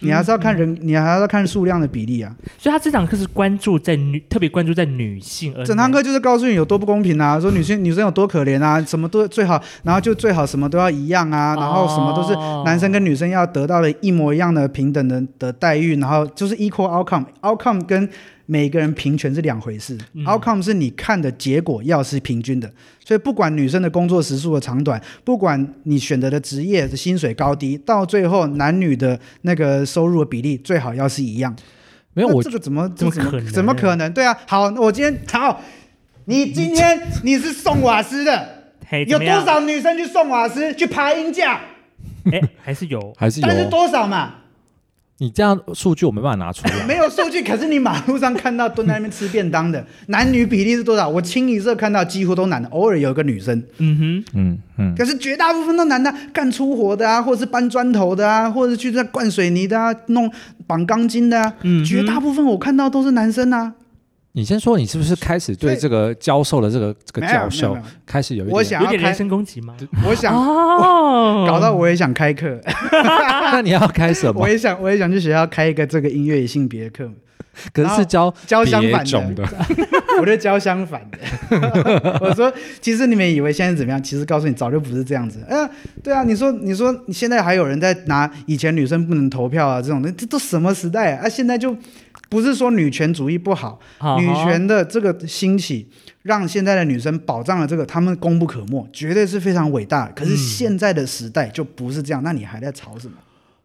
C: 你还是要看人，你还是要看数量的比例啊。
A: 所以他这堂课是关注在女，特别关注在女性，而
C: 整堂课就是告诉你有多不公平啊，说女性女生有多可怜啊，什么都最好，然后就最好什么都要一样啊，然后什么都是
A: 哦
C: 男生跟女生要得到的一模一样的平等的的待遇，然后就是 equal outcome。outcome 跟每个人平权是两回事、
A: 嗯
C: o u t c o m e 是你看的结果要是平均的，所以不管女生的工作时数的长短，不管你选择的职业的薪水高低，到最后男女的那个收入的比例最好要是一样。
B: 没有
C: 那
B: 我
C: 这个怎么
A: 怎么
C: 这
A: 可能欸
C: 怎么可能？对啊，好，我今天好，你今天你是送瓦斯的，
A: 嘿
C: 有
A: 哎怎么
C: 多
A: 样
C: 少女生去送瓦斯去爬音架？
A: 哎、还是有
B: 还是有
C: 但是多少嘛？
B: 你这样数据我没办法拿出来，
C: 没有数据，可是你马路上看到蹲在那边吃便当的男女比例是多少？我清一色看到几乎都男的，偶尔有一个女生，
A: 嗯
B: 嗯嗯，
C: 可是绝大部分都男的，干粗活的啊，或者是搬砖头的啊，或者去在灌水泥的啊，弄绑钢筋的啊，
A: 嗯哼
C: 绝大部分我看到都是男生啊。
B: 你先说，你是不是开始对
C: 所以
B: 这个教授的这个这个
C: 没有
B: 教授
C: 没有没
B: 开始有一
C: 我
B: 点？
A: 哼，
C: 想
A: 有
C: 要
A: 点人
C: 开，
A: 身攻击吗？
C: 我想
A: 哦
C: 搞到我也想开课，
B: 那你要开什么
C: 我？也想，我也想去学校开一个这个音乐与性别课，
B: 可是是啊教
C: 教相
B: 别
C: 反
B: 种
C: 的，
B: 的，
C: 我就教相反的。 我说，其实你们以为现在怎么样，其实告诉你早就不是这样子。嗯、对啊，你说，你说你现在还有人在拿以前女生不能投票啊这种的，这都什么时代啊？啊，现在就不是说女权主义不好，
A: 好
C: 女权的这个兴起，让现在的女生保障了这个，她们功不可没，绝对是非常伟大的。可是
A: 嗯
C: 现在的时代就不是这样，那你还在吵什么？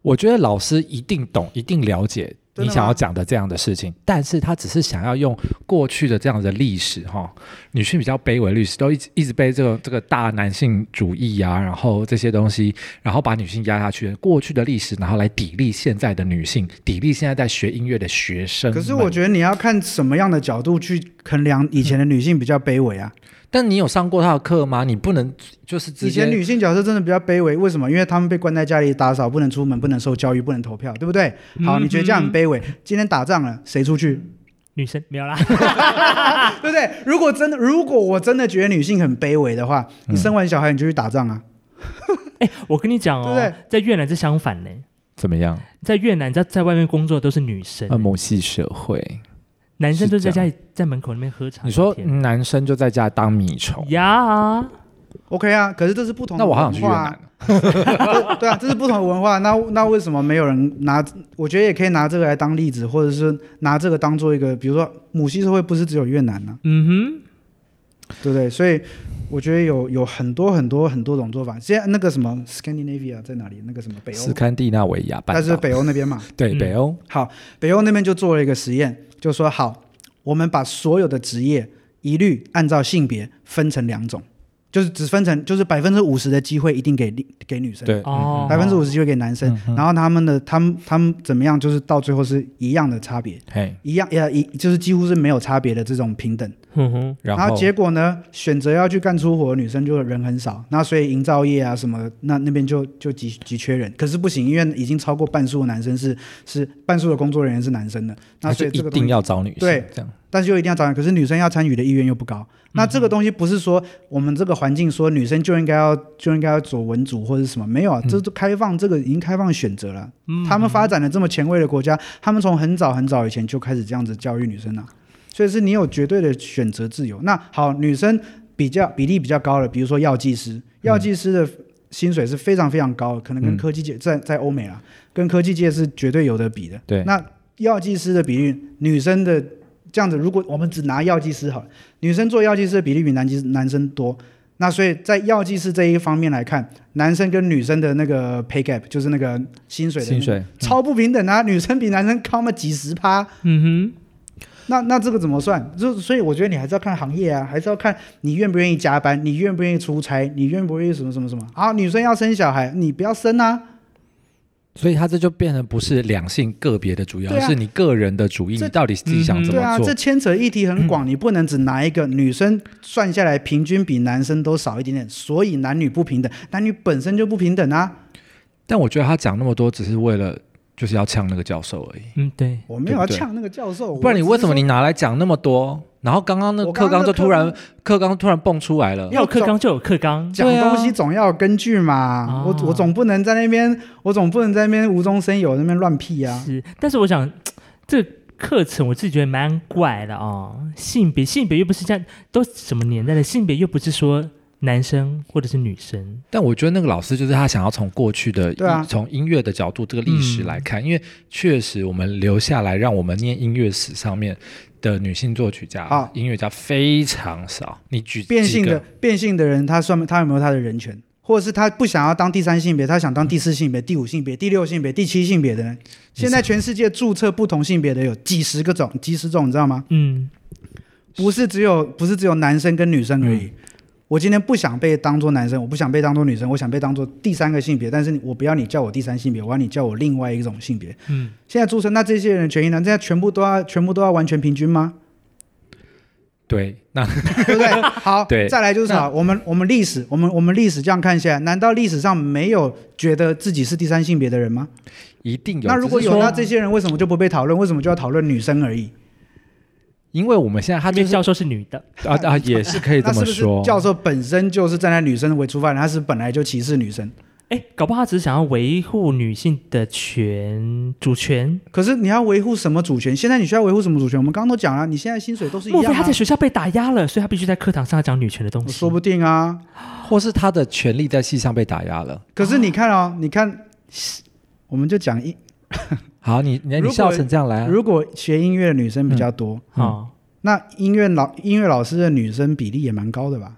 B: 我觉得老师一定懂，一定了解
C: 真的吗
B: 你想要讲的这样的事情，但是他只是想要用过去的这样的历史哈、女性比较卑微的历史，都一直一直被这个这个大男性主义啊，然后这些东西，然后把女性压下去，过去的历史，然后来砥砺现在的女性，砥砺现在在学音乐的学生
A: 嗯
B: 们。
C: 可是我觉得你要看什么样的角度去衡量以前的女性比较卑微啊。
B: 但你有上过他的课吗？你不能就是
C: 以
B: 直接
C: 前女性角色真的比较卑微，为什么？因为她们被关在家里打扫，不能出门，不能受教育，不能投票，对不对？好，
A: 嗯
C: 你觉得这样很卑微？今天打仗了，谁 出去？
A: 女生没有啦，
C: 对不对？如果真的，如果我真的觉得女性很卑微的话，你生完小孩你就去打仗啊。
A: 哎、我跟你讲哦，
C: 对不
A: 在越南是相反呢、
B: 怎么样？
A: 在越南，在在外面工作都是女生，
B: 恶魔系社会，
A: 男生
B: 是
A: 就在
B: 这
A: 家里在门口那边喝茶聊天。
B: 你说嗯男生就在家当米虫，
A: 呀？
C: OK 啊，可是这是不同的
B: 那我好想去
C: 文
B: 越
C: 化啊
B: 南。。
C: 这对啊，这是不同的文化。那那为什么没有人拿？我觉得也可以拿这个来当例子，啊或者是拿这个当做一个，比如说母系社会不是只有越南呢、
A: 嗯
C: 对不对？所以我觉得有有很多很多很多种做法。现在那个什么 Scandinavia 在哪里？那个什么北
B: 斯
C: 欧，
B: 堪的纳维亚半岛，
C: 它是北欧那边嘛？
B: 对
A: 嗯
B: 北欧，
C: 好，北欧那边就做了一个实验，就说好，我们把所有的职业一律按照性别分成两种，就是只分成就是百分之五十的机会一定给给女生，
B: 对嗯
A: 哦
C: 百分之五十机会给男生。然后他们的他们他们怎么样，就是到最后是一样的差别，
B: 嘿，
C: 一样呃一就是几乎是没有差别的这种平等。
A: 哼嗯哼，
B: 然
C: 然
B: 后
C: 后结果呢，选择要去干粗活的女生就人很少，那所以营造业啊什么，那那边就就急急缺人。可是不行，因为已经超过半数的男生是是半数的工作人员是男生的，那
B: 他
C: 所
B: 就
C: 以
B: 一
C: 这个东
B: 定
C: 西，
B: 要找女性，
C: 对，
B: 这样
C: 但是又一定要找人，可是女生要参与的意愿又不高。那这个东西不是说我们这个环境说女生就应该要就应该要走文组或者什么，没有啊，
B: 嗯
C: 这都开放，这个已经开放选择了。
A: 嗯
C: 他们发展的这么前卫的国家，他们从很早很早以前就开始这样子教育女生了、所以是你有绝对的选择自由。那好，女生比较比例比较高的，比如说药剂师，药剂师的薪水是非常非常高的，可能跟
B: 嗯
C: 科技界在在欧美啦，啊跟科技界是绝对有得比的。
B: 对
C: 那药剂师的比率，女生的这样子，如果我们只拿药剂师好了，女生做药剂师的比例比男机男生多。那所以在药剂师这一方面来看，男生跟女生的那个 pay gap 就是那个薪水的
B: 薪
C: 那个
B: 水
C: 超不平等啊，女生比男生高嘛几十趴，
A: 嗯
C: 那那这个怎么算？就所以我觉得你还是要看行业啊，还是要看你愿不愿意加班，你愿不愿意出差，你愿不愿意什么什么什么。好，女生要生小孩，你不要生啊，
B: 所以它这就变成不是两性个别的主义，
C: 对
B: 而
C: 啊
B: 是你个人的主义，
C: 这
B: 你到底自己想
A: 嗯
B: 怎
C: 对啊，
B: 么
C: 这
B: 做？
C: 牵扯议题很广，你不能只拿一个女生算下来平均比男生都少一点点，所以男女不平等，男女本身就不平等啊。
B: 但我觉得他讲那么多，只是为了就是要呛那个教授而已。
A: 哼，嗯，对，
C: 我没有要
B: 对不对
C: 呛那个教授，
B: 不然你
C: 我啊
B: 为
C: 只是
B: 什么你拿来讲那么多？然后刚刚那个课纲就突
C: 我
B: 然课纲突然蹦出来了，
A: 要课纲就有课纲，
C: 讲
B: 对啊
C: 东西总要有根据嘛，
A: 啊
C: 我我总不能在那边，我总不能在那边无中生有在那边乱屁呀、啊。
A: 是，但是我想这课程我自己觉得蛮怪的哦，性别性别又不是这样，都什么年代的性别又不是说男生或者是女生，
B: 但我觉得那个老师就是他想要从过去的
C: 对啊嗯
B: 从音乐的角度这个历史来看，因为确实我们留下来让我们念音乐史上面的女性作曲家、
C: 好
B: 音乐家非常少。你举
C: 啊变
B: 几
C: 性
B: 个
C: 的变性的人，他算他有没有他的人权？或者是他不想要当第三性别，他想当第四性别、第五性别、第六性别、第七性别的人。现在全世界注册不同性别的有几十个种，几十种，你知道吗？
A: 嗯，
C: 不是只有不是只有男生跟女生而已。我今天不想被当做男生，我不想被当做女生，我想被当做第三个性别，但是你我不要你叫我第三性别，我要你叫我另外一种性别。
A: 嗯，
C: 现在注册，那这些人的权益呢？现在全部都要全部都要完全平均吗？
B: 对，那
C: 对不对？ 好，
B: 对
C: 再来就是什么？我们我们历史，我们我们历史这样看下来，难道历史上没有觉得自己是第三性别的人吗？
B: 一定有。
C: 那如果
B: 只是
C: 有，
B: 说
C: 那这些人为什么就不被讨论？为什么就要讨论女生而已？
B: 因为我们现在他
A: 因
B: 就
A: 为
B: 是
A: 教授是女的，
B: 啊 啊，也是可以这
C: 那是
B: 么
C: 不是
B: 说。
C: 教授本身就是站在女生为出发点，他是本来就歧视女生？
A: 哎，搞不好他只是想要维护女性的权主权，
C: 可是你要维护什么主权？现在你需要维护什么主权？我们刚刚都讲了，你现在薪水都是一
A: 莫非
C: 样
A: 他
C: 啊
A: 在，学校被打压了，所以他必须在课堂上讲女权的东西？
C: 说不定啊。
B: 或是他的权利在戏上被打压了。
C: 可是你看哦，你看，我们就讲一，
B: 好，你你
C: 如
B: 你
C: 果
B: 笑成这样来啊！嗯
C: 如果学音乐的女生比较多，
A: 啊，
C: 那音乐老音乐老师的女生比例也蛮高的吧？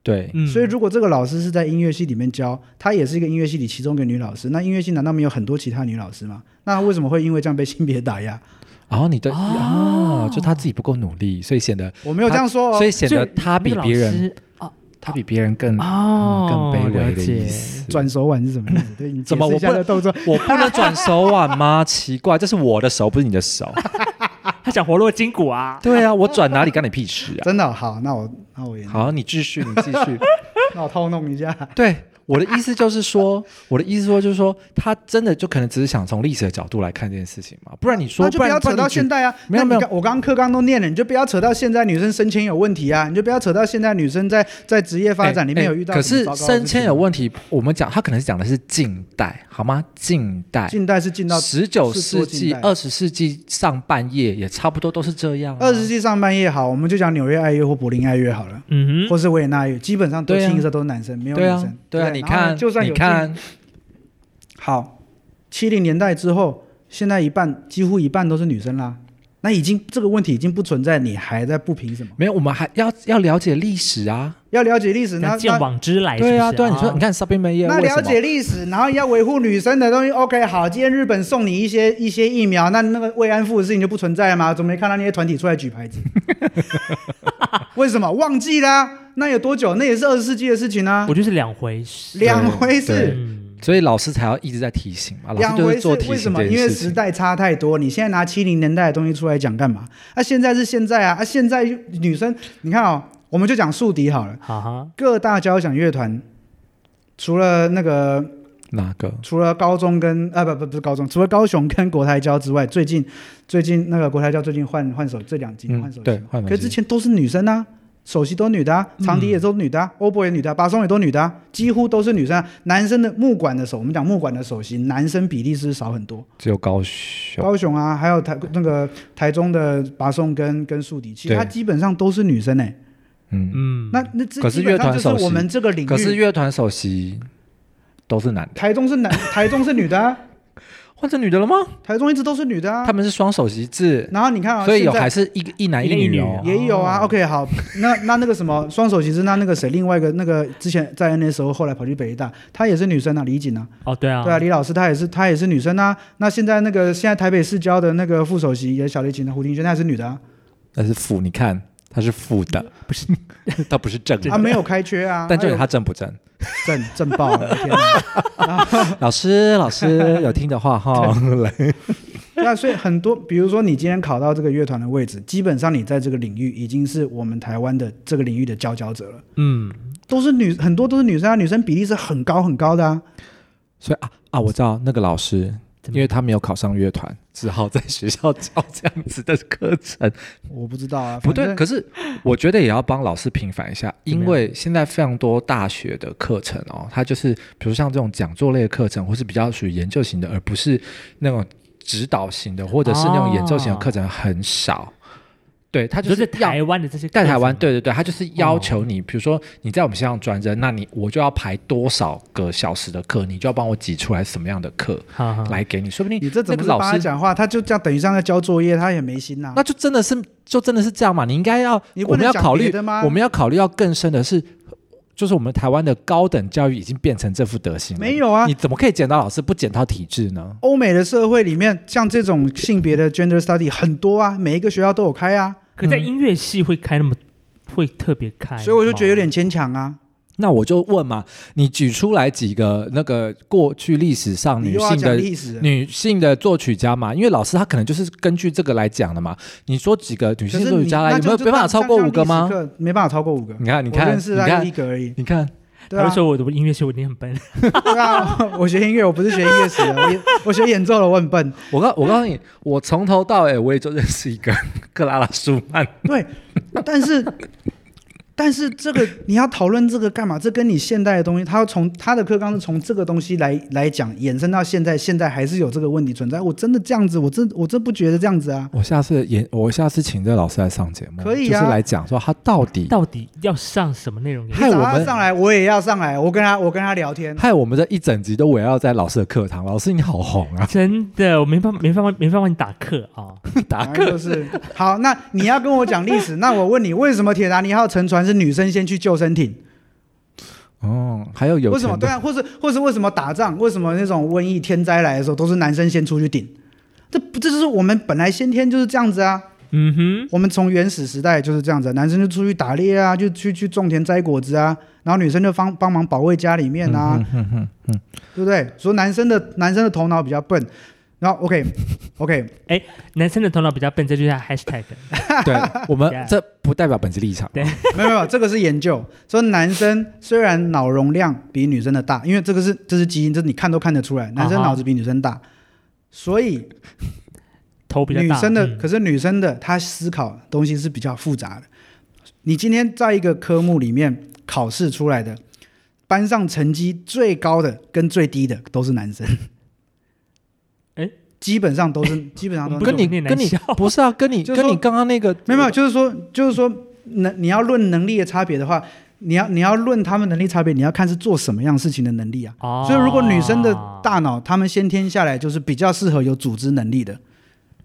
B: 对，
A: 嗯，
C: 所以如果这个老师是在音乐系里面教，她也是一个音乐系里其中一个女老师，那音乐系难道没有很多其他女老师吗？那她为什么会因为这样被性别打压？
B: 然后你的
A: 哦
B: 啊，就他自己不够努力，所以显得
C: 我没有这样说哦。
B: 所以显
A: 所
B: 得
A: 以
B: 他比
A: 那个
B: 别
A: 老
B: 人
A: 师哦
B: 他比别人更
C: 啊
A: 哦，
B: 嗯更卑微
A: 了
B: 的
A: 解
B: 意思。
C: 转手腕是什么意思？对，你解
B: 怎么
C: 释一下
B: 我不
C: 的动作。
B: 我不能转手腕吗？ 奇怪，这是我的手，不是你的 手。
A: 他想活络筋骨啊，
B: 对啊，我转哪里干你屁事啊？
C: 真的好，那我那我也
B: 好，你继续，你继续。
C: 那我套弄一下。
B: 对，我的意思就是说，我的意思说就是说，他真的就可能只是想从历史的角度来看这件事情嘛，不然你说，
C: 那就不要
B: 然
C: 扯
B: 然你
C: 到
B: 举
C: 现代啊！
B: 没有
C: 那你
B: 没有
C: 刚我刚刚课纲都念了，你就不要扯到现在女生升迁有问题啊！你就不要扯到现在女生在在职业发展里面有遇到
B: 哎可
C: 什么
B: 是
C: 糟糕的事情。
B: 升迁有问题，我们讲他可能是讲的是近代，好吗？近代，
C: 近代是进到
B: 十九世
C: 是
B: 纪、
C: 多
B: 二十世纪上半叶也差不多都是这样、啊。
C: 二十世纪上半叶好，我们就讲纽约爱乐或柏林爱乐好了。
A: 嗯哼，
C: 或是维也纳乐，基本上都
B: 对啊
C: 清一色都是男生，没有女
B: 对啊
C: 生。，
B: 对啊，
C: 不
B: 你
C: 然后
B: 看，
C: 呢就算有
B: 你看，
C: 好，七零年代之后，现在一半几乎一半都是女生啦。那已经这个问题已经不存在，你还在不平什么？
B: 没有，我们还要要了解历史啊。
C: 要了解历史，那
A: 那见
C: 那
A: 往知来是不是，
B: 对啊，对啊，你说你看 Supplement 业
C: 那
B: 为
C: 了
B: 什
C: 解
B: 么？
C: 历史，然后要维护女生的东西。OK，好，今天日本送你一些一些疫苗，那那个慰安妇的事情就不存在吗？怎么没看到那些团体出来举 牌子？为什么忘记啦、那有多久？那也是二十世纪的事情啊
A: 我，就是两回事。
C: 两回事
B: 对。
A: 嗯，
B: 所以老师才要一直在提醒嘛，啊老
C: 两
B: 师就
C: 回
B: 是
C: 事
B: 做，提
C: 为什
B: 醒
C: 么？
B: 这
C: 因为
B: 件事
C: 时
B: 情。
C: 代差太多，你现在拿七零年代的东西出来讲干嘛？啊，现在是现在啊，啊，现在女生，你看哦，我们就讲宿敌好了，
A: 好哈，
C: 各大交响乐团，除了那个
B: 哪个？
C: 除了高中跟啊不不不是高中，除了高雄跟国台交之外，最近最近那个国台交最近换换手这两集
B: 嗯
C: 换手机
B: 对
C: 嘛，
B: 换手
C: 可是
B: 机
C: 之前都是女生啊，首席都女的、啊，
B: 嗯
C: 长笛也都女的、啊，欧、博也女的、啊，巴松也都女的、啊，几乎都是女生、啊。男生的木管的手，我们讲木管的首席，男生比例是不是少很多。
B: 只有高雄。
C: 高雄啊，还有台那个台中的拔送跟跟竖笛，其实
B: 对
C: 它基本上都是女生哎、
B: 嗯，
A: 嗯，
C: 那那这
B: 可是
C: 基本上
B: 乐团
C: 就是
B: 首席
C: 我们这个领域，
B: 可是乐团首席都是男的，
C: 台中 是男，台中是女的、啊，
B: 换成女的了吗？
C: 台中一直都是女的啊
B: 他。们是双首席制，
C: 然后你看啊，
B: 所以有
C: 现在
B: 还是一个一男
A: 一
B: 一
A: 个一
B: 女
A: 女
B: 哦。
C: 也有啊。
A: 哦
C: OK，好，那那那个什么双手其实那那个谁，另外一个那个之前在 NSO 后来跑去北医大，她也是女生啊，李锦啊，
A: 哦对啊，
C: 对啊，李老师她也是她也是女生啊。那现在那个现在台北市交的那个副首席也是小提琴的胡庭轩，她也是女的啊，
B: 但是副，你看他是副的，不 是，他不是正
C: 啊
B: 的。
C: 没有开缺啊，
B: 但这里
C: 哎呦
B: 他正不正？
C: 正正爆了，天哪！
B: 老师，老师有听的话 哈，来，
C: 对啊，所以很多，比如说你今天考到这个乐团的位置，基本上你在这个领域已经是我们台湾的这个领域的佼佼者了，
A: 嗯，
C: 都是女，很多都是女生啊，女生比例是很高很高的啊。
B: 所以啊啊，我知道那个老师，
A: 怎么
B: 因为他没有考上乐团，只好在学校教这样子的课程。
C: 我不知道啊，
B: 不
C: 反
B: 对，
C: 正
B: 可是我觉得也要帮老师平反一下，
A: 怎么
B: 因
A: 样
B: 为现在非常多大学的课程哦，它就是比如像这种讲座类的课程，或是比较属于研究型的，而不是那种指导型的，或者是那种演奏型的课程很少。对，它
A: 就是是
B: 要
A: 台湾的这些
B: 在台湾，
A: 课程
B: 对对对，他就是要求
C: 哦
B: 你，比如说你在我们线上专任，那你我就要排多少个小时的课，你就要帮我挤出来什么样的课
A: 好好
B: 来给你，说不定
C: 啊你这
B: 那
C: 怎么
B: 个
C: 是
B: 老
C: 帮他
B: 师
C: 讲话？他就这样等于像在交作业，他也没心呐、
B: 那就真的是就真的是这样嘛？你应该要
C: 你不
B: 我们
C: 能
B: 要
C: 讲
B: 考
C: 别
B: 虑
C: 的吗
B: 我们要考虑要更深的是，就是我们台湾的高等教育已经变成这副德行了。
C: 没有啊
B: 你，怎么可以检讨老师不检讨体制呢？
C: 欧美的社会里面，像这种性别的 gender study 很多啊，每一个学校都有开啊，
A: 可在音乐系会开那么会特别开，
B: 哎
C: 所以我就觉得有点牵强啊。
B: 那我就问嘛，你举出来几个那个过去历史上
C: 你
B: 女
C: 又要
B: 性
C: 讲
B: 的
C: 历史，啊
B: 女性的作曲家嘛？因为老师他可能就是根据这个来讲的嘛。你说几个女
C: 可
B: 性
C: 是
B: 作曲
C: 你
B: 家来，有
C: 那
B: 没有
C: 就
B: 没办法超过五个？吗
C: 就？像历史课没办法超过五个。
B: 你看，你
C: 我
B: 看，
C: 认识
B: 你
C: 大概
B: 看
C: 一，个而已。
B: 你看，
C: 对
A: 他
C: 啊
A: 会，说我的音乐系我一定很笨，
C: 对啊，我学音乐，我不是学音乐史的，我也我学演奏的，我很笨。
B: 我告我告诉你，我从头到尾我也就认识一个克拉拉舒曼。
C: 对，但是但是这个你要讨论这个干嘛？这跟你现代的东西，他要从他的课纲是从这个东西来来讲，衍生到现在，现在还是有这个问题存在。我真的这样子，我真我真不觉得这样子啊。
B: 我下次演，我下次请这个老师来上节目，
C: 可以啊
B: 就是来讲说他到底
A: 到底要上什么内容给 你？
B: 害
C: 你找
B: 我
C: 他
B: 们
C: 上来，我也要上来，我跟他我跟他 聊天。
B: 害我们这一整集都围绕在老师的课堂。老师你好红 啊，
A: 真的，我没办法，没办法，没办法帮你打课啊！
B: 达
C: 反正
B: 克
C: 就是好，那你要跟我讲历史，那我问你，为什么铁达尼号沉船是女生先去救生艇？
B: 哦，还有有
C: 为什么
B: 钱
C: 对
B: 的，
C: 啊，或是或是为什么打仗？为什么那种瘟疫天灾来的时候都是男生先出去顶？这不这就是我们本来先天就是这样子啊。
A: 嗯哼，
C: 我们从原始时代就是这样子，啊男生就出去打猎啊，就去去种田摘果子啊，然后女生就帮帮忙保卫家里面啊，
B: 嗯
C: 对不对？所以男生的男生的头脑比较笨，然后 OK OK，
A: 男生的头脑比较笨，这就是 hashtag。
B: 对，我 们
A: Yeah
B: 这不代表本集立场。
A: 对
C: 没有没有，这个是研究说男生虽然脑容量比女生的大，因为这个是这是基因，这你看都看得出来，男生
A: 啊哈
C: 脑子比女生大，所以
A: 头比较
C: 女
A: 大，
C: 生的，
A: 嗯
C: 可是女生的，她思考东西是比较复杂的。你今天在一个科目里面考试出来的，班上成绩最高的跟最低的都是男生。
A: 诶
C: 基本上都是，基本上都
A: 不
C: 是
A: 是
B: 跟
A: 我
B: 你
A: 们念
B: 跟
A: 男
B: 你
A: 校
B: 不是啊，跟你
C: 就是
B: 跟
C: 说
B: 你刚刚那个
C: 没有没有，就是说，就是说，能你要论能力的差别的话，你要你要论他们能力差别，你要看是做什么样事情的能力啊。
A: 哦，
C: 所以，如果女生的大脑，她们先天下来就是比较适合有组织能力的，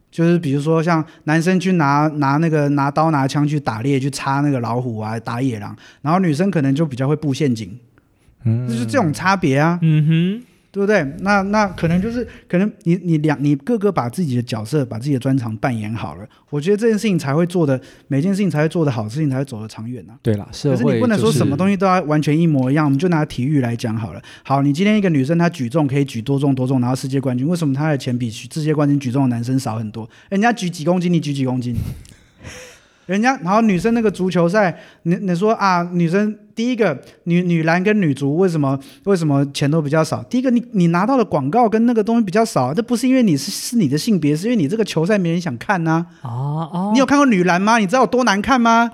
C: 就是比如说像男生去拿拿那个拿刀拿枪去打猎，去插那个老虎啊，打野狼，然后女生可能就比较会布陷阱，
B: 嗯
C: 就是这种差别啊，
A: 嗯
C: 对不对？那那可能就是可能你你两你各个把自己的角色把自己的专长扮演好了，我觉得这件事情才会做的每件事情才会做得好，事情才会走得长远啊。
B: 对啦，社
C: 可
B: 会
C: 是你不能说什么东
B: 西
C: 西都要完全一模一样，我们就拿体育来讲好了。好，你今天一个女生她举重可以举多重多重拿到世界冠军，为什么她的钱比世界冠军举重的男生少很多？人家举几公斤，你举几公斤？ 人家然后女生那个足球赛，你你说啊，女生第一个女女篮跟女足为什么为什么钱都比较少？第一个你你拿到的广告跟那个东西比较少，这不是因为你是是你的性别，是因为你这个球赛没人想看呐、
A: 哼，哦哦，
C: 你有看过女篮吗？你知道有多难看吗？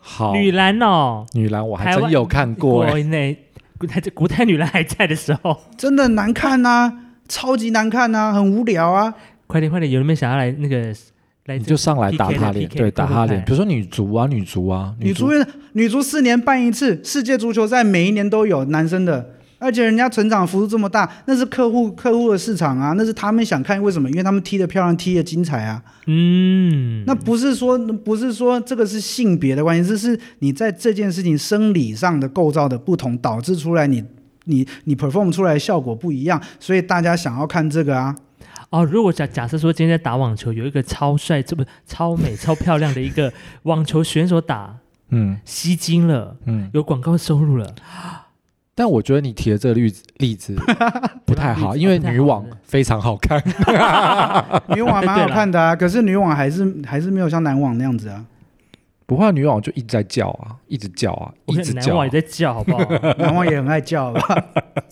B: 好
A: 女篮哦，
B: 女篮我还
A: 台
B: 真
A: 湾
B: 有看过哎、
A: 那古代古代女篮还在的时候，
C: 真的很难看呐、超级难看呐、很无聊啊。
A: 快点快点，有没有想要来那个来
B: 你就上来打
A: PK
B: 他
A: 的
B: 脸，
A: PK
B: 对，打他脸。
A: 快快快
B: 比如说女足啊，女足啊，
C: 女
B: 足
C: 足女足四年办一次，世界足球赛每一年都有男生的，而且人家成长幅度这么大，那是客户客户的市场啊，那是他们想看，为什么？因为他们踢得漂亮，踢得精彩啊。
A: 嗯，
C: 那不是说不是说这个是性别的关系，这是你在这件事情生理上的构造的不同，导致出来你你你 perform 出来的效果不一样，所以大家想要看这个啊。
A: 哦，如果假假设说今天在打网球，有一个超帅、这不超美、超漂亮的一 个网球选手打
B: 嗯
A: 吸睛了，
B: 嗯。
A: 有广告收入了，
B: 但我觉得你提的这个例子例 子不太好，因
C: 哦
B: 为
A: 不太好
B: 女网
A: 是不是
B: 非常好看。
C: 女网蛮
A: 对啦
C: 好看的啊，可是女网还是还是没有像男网那样子啊。
B: 不会啊，女网就一直在叫啊，一直叫啊，
A: 我
B: 一
A: 看
B: 直
A: 男
B: 叫、
A: 网
B: 啊
A: 也。在叫，好不好？
C: 男网也很爱叫吧？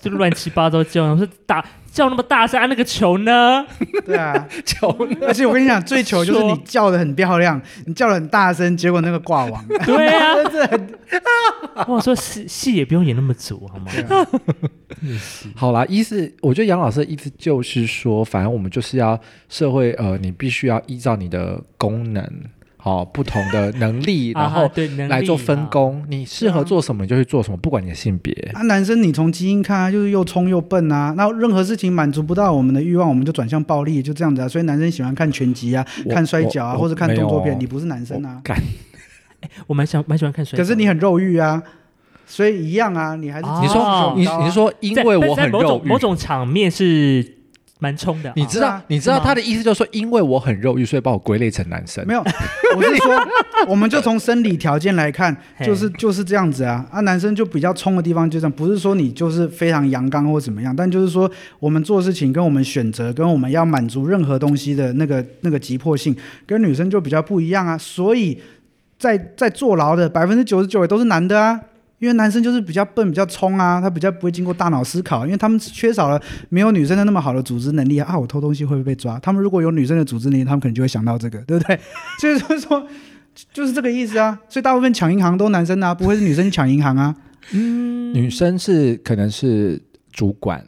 A: 就乱七八糟叫，我说打叫那么大声，啊那个球呢？
C: 对啊，
B: 叫
C: 而且我跟你讲，最糗就是你叫的很漂亮，你叫的很大声，结果那个挂网。
A: 对啊，
C: 真的很
A: 我说戏戏也不用演那么足，好吗？
C: 对啊
B: 好啦，意思我觉得杨老师的意思就是说，反正我们就是要社会呃，你必须要依照你的功能，好、不同的能 力，然
A: 啊
B: 后
A: 对能力
B: 来做分
A: 啊
B: 工。你适合
C: 啊
B: 做什么你就去做什么，不管你的性别。
C: 啊，男生你从基因看啊，就是又冲又笨啊，那任何事情满足不到我们的欲望，我们就转向暴力，就这样子啊。所以男生喜欢看拳击啊，
B: 我
C: 看摔跤
B: 我
C: 啊，
B: 我
C: 或者看动作
B: 没有
C: 片。
B: 哦
C: 你不是男生啊
B: 我，干
A: 我蛮想蛮喜欢看摔跤
C: 可
A: 的，
C: 是你很肉欲啊，所以一样啊，你还是
A: 啊
B: 你说、
A: 哦
B: 你你说，因
A: 在
B: 为
A: 但
B: 我
A: 是在
B: 很
A: 某
B: 肉
A: 种
B: 欲
A: 某，种场面是蛮冲的啊，
B: 你知
C: 是
B: 道、
C: 啊
B: 你知道
A: 是吗
B: 他的意思就是说，因为我很肉欲，所以把我归类成男生。
C: 没有，我是说， 我们就从生理条件来看，
A: 嘿
C: 就是就是这样子啊。啊，男生就比较冲的地方就这样，不是说你就是非常阳刚或怎么样，但就是说我们做事情跟我们选择跟我们要满足任何东西的那个那个急迫性，跟女生就比较不一样啊。所以在在坐牢的百分之九十九也都是男的啊。因为男生就是比较笨、比较冲啊，他比较不会经过大脑思考，啊因为他们缺少了没有女生的那么好的组织能力啊。啊我偷东西会不会被抓？他们如果有女生的组织能力，他们可能就会想到这个，对不对？ 所以就是说，就是这个意思啊。所以大部分抢银行都男生啊，不会是女生抢银行 啊。
B: 女生是可能是主管，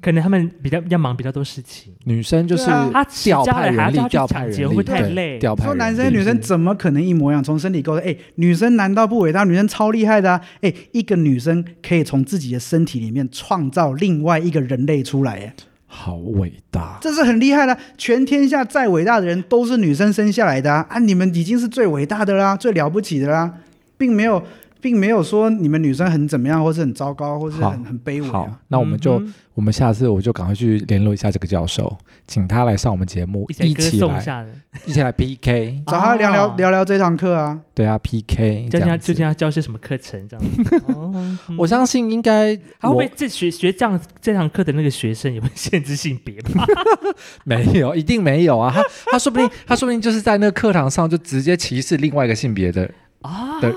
A: 可能他们比较要忙比较多事情，
B: 女生就是
C: 对啊
A: 他持
B: 调
A: 家
B: 派
A: 来还
B: 人
A: 要去
B: 力，调派
A: 抢
B: 人
A: 劫
B: 力，
A: 会不会太
B: 对
A: 累
B: 调派
C: 说
B: 人
C: 男
B: 力
C: 生女生怎么可能一模一样？从身体构造，哎，女生难道不伟大？女生超厉害的啊！哎，一个女生可以从自己的身体里面创造另外一个人类出来，哎，
B: 好伟大。
C: 这是很厉害的啊。全天下再伟大的人都是女生生下来的啊！啊，你们已经是最伟大的啦，最了不起的啦，并没有。并没有说你们女生很怎么样，或是很糟糕，或是
B: 好
C: 很很卑微
B: 好
C: 啊。，
B: 那我们就、
A: 嗯哼
B: 我们下次我就赶快去联络一下这个教授，请他来上我们节目，
A: 一起来歌
B: 起
A: 颂一
B: 来
A: 下的，
B: 一起来 PK，
C: 找他聊聊、
A: 哦
C: 聊聊这堂课啊。
B: 对啊 PK 这
A: 教他
B: 样
A: 究
B: 子。
A: 竟要教些什么课程这样子。 哦嗯
B: 我相信应该
A: 他会
B: 我
A: 不会这学学这样这堂课的那个学生也会限制性别吧？
B: 没有，一定没有啊！他他说不定他说不定就是在那个课堂上就直接歧视另外一个性别的
A: 啊，
B: 对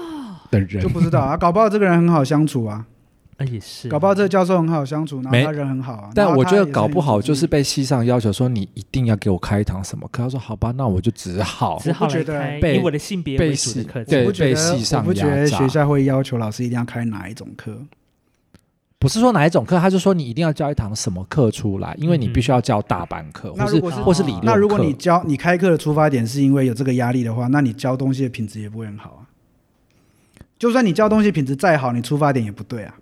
B: 的人
C: 就，不知道啊，搞不好这个人很好相处啊，
A: 那也是，
C: 搞不好这个教授很好相处，然后
B: 没
C: 他人很好啊。然
B: 但
C: 后
B: 我
C: 他
B: 觉得
C: 也
B: 搞
C: 很
B: 不
C: 有
B: 好
C: 组织
B: 就是被西上要求说你一定要给我开一堂什么课，他说好吧，那我就只好
A: 只好
C: 我不
A: 来
C: 觉得
A: 开
B: 被
A: 以我的性别
B: 被
A: 为主
B: 洗
A: 的课程
B: 对
C: 我不觉
B: 被
C: 得
B: 系上
C: 我不觉得
B: 压榨
C: 学校会要求老师一定要开哪一种课。
B: 不是说哪一种课，他就说你一定要教一堂什么课出来，因为你
A: 嗯
B: 必须要教大班课，
C: 那
B: 或
C: 如果
A: 是
B: 或是理啊论课。
C: 那如果你教你开课的出发点是因为有这个压力的话，那你教东西的品质也不会很好啊。就算你教东西品质再好，你出发点也不对啊。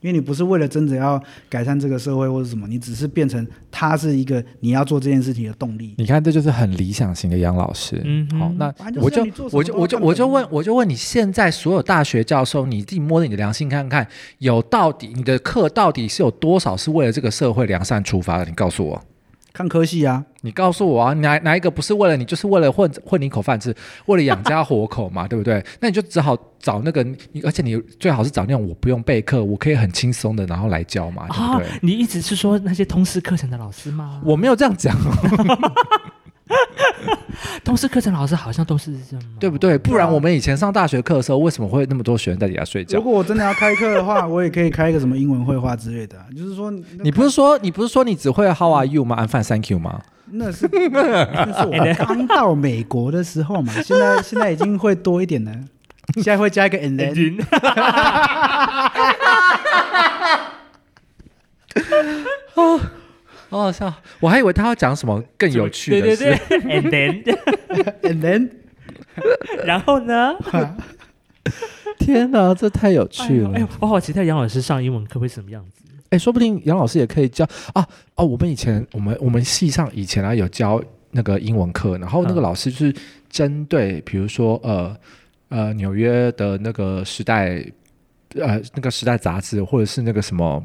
C: 因为你不是为了真的要改善这个社会或者什么，你只是变成它是一个你要做这件事情的动力。
B: 你看，这就是很理想型的杨老师。
A: 嗯哼
B: 好，那
C: 反正
B: 我
C: 就
B: 就
C: 是你做什么
B: 我就
C: 都要
B: 我就
C: 看
B: 我就问
C: 啊本嘛
B: 我就问你，现在所有大学教授，你自己摸着你的良心看看，有到底你的课到底是有多少是为了这个社会良善出发的？你告诉我，
C: 看科系啊，
B: 你告诉我啊，哪哪一个不是为了你，就是为了混混你口饭吃，为了养家活口嘛， 对不对？那你就只好找那个，你而且你最好是找那种我不用备课，我可以很轻松的然后来教嘛，对不
C: 哦
A: 啊
B: 对？，
A: 你一直是说那些通识课程的老师吗？
B: 我没有这样讲哦，
A: 通识课程老师好像都是这样吗，
B: 对不对？不然我们以前上大学课的时候，为什么会那么多学生在底下睡觉
C: 啊如？果我真的要开课 的话，我也可以开一个什么英文绘画之类的啊、就是说
B: 你不是说你不是说你只会 How are you 吗？I'm fine, thank you 吗？
C: 那 是那是我刚到美国的时候嘛，现在现在已经会多一点了，现在会加一个 and then，
A: 人
B: 好好笑！我还以为他要讲什么更有趣的
A: 对
B: 事。
A: 对对 ，and then，
C: and then
A: 然后呢？
B: 天哪，这太有趣了！
A: 哎呦，哎呦我好期待杨老师上英文课会是什么样子。
B: 哎，说不定杨老师也可以教啊哦！我们以前我们我们系上以前啊有教那个英文课，然后那个
A: 嗯
B: 老师就是针对比如说呃呃纽约的那个时代呃那个时代杂志，或者是那个什么，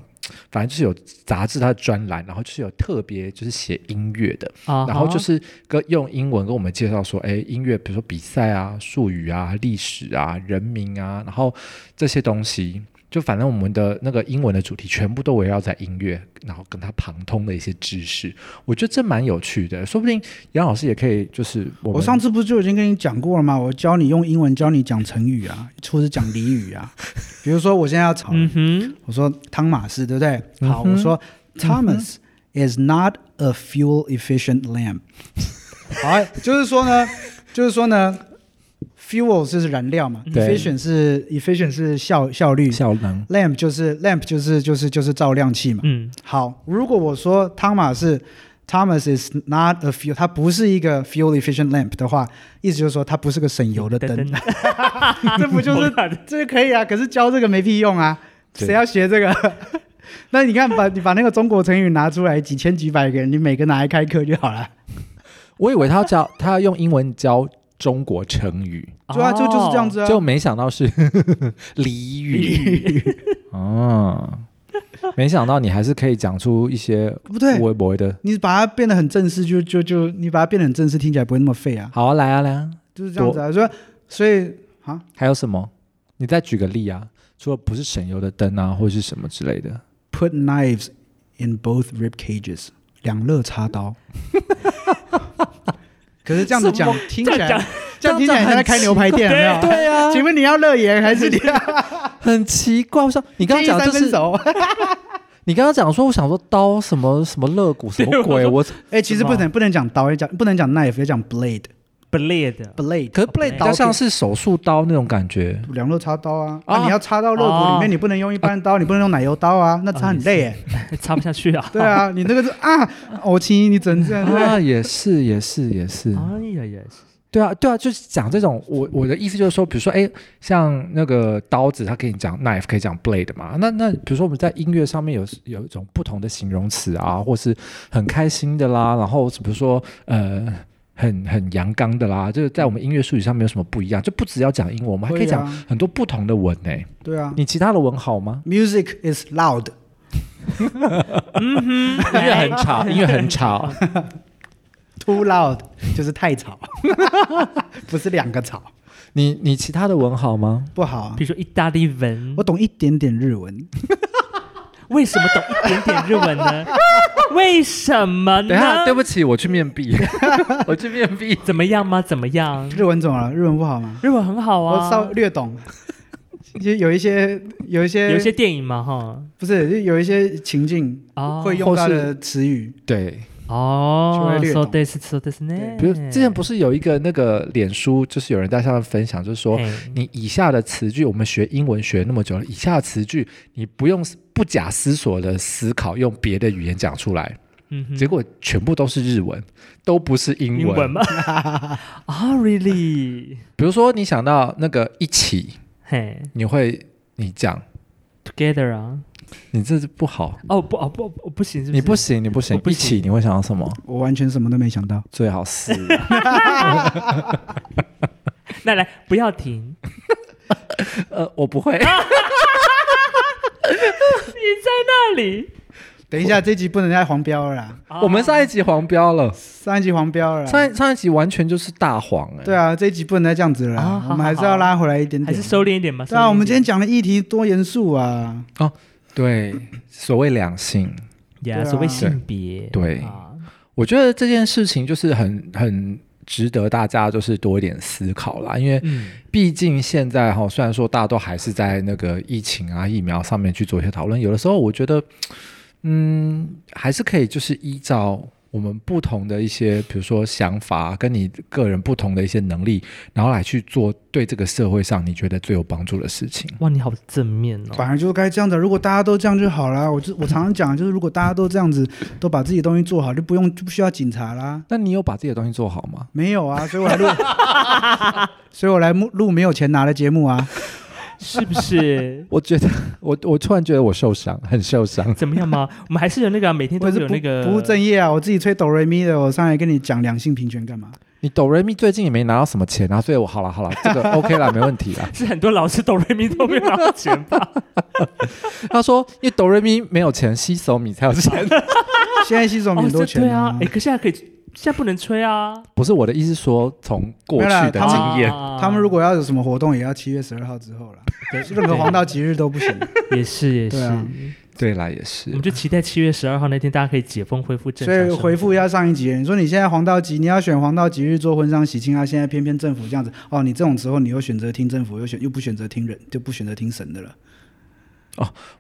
B: 反正就是有杂志它的专栏，然后就是有特别就是写音乐的，
A: 啊哈
B: 然后就是跟用英文跟我们介绍说，哎，音乐比如说比赛啊、术语啊、历史啊、人名啊，然后这些东西，就反正我们的那个英文的主题全部都围绕在音乐，然后跟它旁通的一些知识，我觉得这蛮有趣的，说不定杨老师也可以就是我
C: 我
B: 们
C: 上次不是就已经跟你讲过了吗？我教你用英文教你讲成语啊，或者讲俚语啊。比如说我现在要吵，
A: 嗯哼，
C: 我说汤马士，对不对？好，
B: 嗯哼
C: 啊我说 Thomas is not a fuel efficient lamp。好，就是说呢，就是说呢，fuel 是燃料嘛
B: 对
C: ，efficient 是 efficient 是效效率
B: 效能
C: ，lamp 就是 lamp 就是就是就是照亮器嘛。
A: 嗯，
C: 好，如果我说汤马是 Thomas is not a fuel，它不是一个 fuel efficient lamp 的话，意思就是说它不是个省油的灯， 这不就是这个可以啊？可是教这个没屁用啊，
B: 对
C: 谁要学这个？ 那你看，把你把那个中国成语拿出来，几千几百个人，你每个拿来开课就好了。
B: 我以为他要教他要用英文教中国成语，
A: 哦
C: 对啊，就就是这样子啊。
B: 就没想到是 俚语哦。没想到你还是可以讲出一些
C: 不对
B: 我我的
C: 你把它变得很正式，就就就你把它变得很正式，听起来不会那么废啊。
B: 好啊，来啊，来啊，
C: 就是这样子啊。所以所以啊，
B: 还有什么？你再举个例啊，除了不是省油的灯啊，或者是什么之类的。
C: Put knives in both rib cages，两肋插刀。 可是这样子讲，听起
A: 这样
C: 来
A: 讲
C: 这样听起来像在开牛排店，有没有？
B: 对啊，
C: 请问你要乐言还是你要
B: 很奇怪。我想你刚刚讲
C: 三
B: 就
C: 分
B: 是
C: 熟？
B: 你刚刚讲说，我想说刀什么什么肋骨 什么鬼，我
C: 哎，其实不能不能讲刀，要讲不能讲 knife，要讲 blade
A: 哦 blade
C: blade。
B: 可是 blade 比较像是手术刀那种感 觉。
C: 两肋插刀啊！
B: 啊
C: 啊，你要插到肋骨里
A: 哦
C: 面，你不能用一般刀，你不能用奶油刀啊，那插很累哎。
A: 插不下去啊。
C: 对啊，你那个是啊，呕心，你整这样对不对？
B: 啊，也是，也是，也是。
C: 哦
A: 哎呀呀，
B: 对啊，对啊，就是讲这种，我我的意思就是说，比如说，哎，像那个刀子，它可以讲 knife，可以讲 blade 嘛。那那比如说我们在音乐上面有有一种不同的形容词啊，或是很开心的啦，然后比如说呃很很阳刚的啦，就是在我们音乐术语上面有什么不一样？就不只要讲英文，我们还可以
C: 对
B: 讲
C: 啊
B: 很多不同的文诶、
C: 对啊
B: 你其他的文好吗？
C: ，music is loud。
B: 音乐很 吵，音乐很吵。
C: Too loud 就是太吵， 不是两个吵，
B: 你你其他的文好吗？
C: 不好啊。
A: 比如说意大利文
C: 我，懂一点点日文，
A: 为什么懂一点点日文 呢？为什么呢？
B: 等一
C: 嗯
B: 下，对不起，我去面 壁，我去面壁。
A: 怎么样吗？怎么样？
C: 日文怎么了？日文不好吗？
A: 日文很好
C: 我
A: 啊，
C: 稍略懂，就有一些有一些
A: 有一些电影嘛，哈，
C: 不是，就有一些情境
A: 哦
C: 会用到的词语。
B: 对，
A: 哦
C: 就会略
A: ，so
C: 懂
A: this so this 呢？
B: 比如之
A: 嗯
B: 前不是有一个那个脸书，就是有人在上面分享，就是说
A: 嘿
B: 你以下的词句，我们学英文学那么久了，以下的词句你不用不假思索的思考，用别的语言讲出来，
A: 嗯哼
B: 结果全部都是日文，都不是英文。
A: 英文 吗？啊，really？
B: 比如说你想到那个一起，
A: 嘿，
B: 你会你讲
A: together 啊。
B: 你这是不好，
A: 哦不哦不不不行，是不是
B: 你不行，你不行
A: 我，不
B: 一
A: 行
B: 起你会想到什么？
C: 我完全什么都没想到。
B: 最好是
A: 来来不要 停，
B: 呃，我不会，
A: 啊你在那里。
C: 等一下，这集不能再黄标了啦，
A: 啊
B: 我们上一集黄标了，
C: 上一集黄标了啦。
B: 上一上一集完全就是大黄哎，
C: 对啊，这一集不能再这样子了啦，
A: 啊好
C: 我们还是
A: 好好
C: 要拉回来一点
A: 还
C: 点。
A: 是收敛一点吧。
C: 对
A: 收敛
C: 啊，
A: 一点
C: 我们今天讲的议题多严肃啊！
B: 对，所谓两性，
A: 呀，
C: 对啊
A: 所谓性别，
B: 对
A: 啊，
B: 我觉得这件事情就是很很值得大家就是多一点思考啦，因为
A: 嗯，
B: 毕竟现在哈，虽然说大家都还是在那个疫情啊、疫苗上面去做一些讨论，有的时候我觉得，嗯，还是可以就是依照我们不同的一些，比如说想法，啊跟你个人不同的一些能力，然后来去做对这个社会上你觉得最有帮助的事情。
A: 哇，你好正面哦。
C: 本来就该这样的，如果大家都这样就好啦。我就我常常讲，就是如果大家都这样子，都把自己的东西做好，就不用就不需要警察啦。
B: 那你有把自己的东西做好吗？？
C: 没有啊，所以我 来录，所以我来录录没有钱拿的节目啊。
A: 是不 是
B: 我觉得，我我突然觉得我受伤，很受伤。
A: 怎么样吗？我们还是有那个啊每天
C: 我
A: 都
C: 也是
A: 有
C: 不
A: 那个
C: 不务正业啊，我自己吹哆瑞咪的，我上来跟你讲两性平权干嘛？
B: 你抖瑞咪最近也没拿到什么钱啊，所以我好了好了， 这个 OK 啦，没问题啦。
A: 是很多老师哆瑞咪都没有拿到 钱吧？
B: 他说，因为抖瑞咪没有钱，西索米才有钱。
C: 现在新手
A: 哦，
C: 很多
A: 这
C: 钱
A: 对啊，哎，可现在可以，现在不能吹啊。
B: 不是我的意思是说，从过去的
C: 没有啦他
B: 经验，
A: 啊
C: 他们如果要有什么活动，也要七月十二号之后了，
A: 对
C: 任何
A: 对
C: 黄道吉日都不 行。
A: 也是也是
C: 对啊，
B: 对啦，也
A: 我
B: 是
A: 们就期待七月十二号那天大家可以解封恢复正
C: 所
A: 常生
C: 以
A: 活。
C: 回复一下上一集，你说你现在黄道吉，你要选黄道吉日做婚丧喜庆啊，现在偏偏政府这样子，哦，你这种时候你又选择听政府，又选又不选择听人，就不选择听神的 了。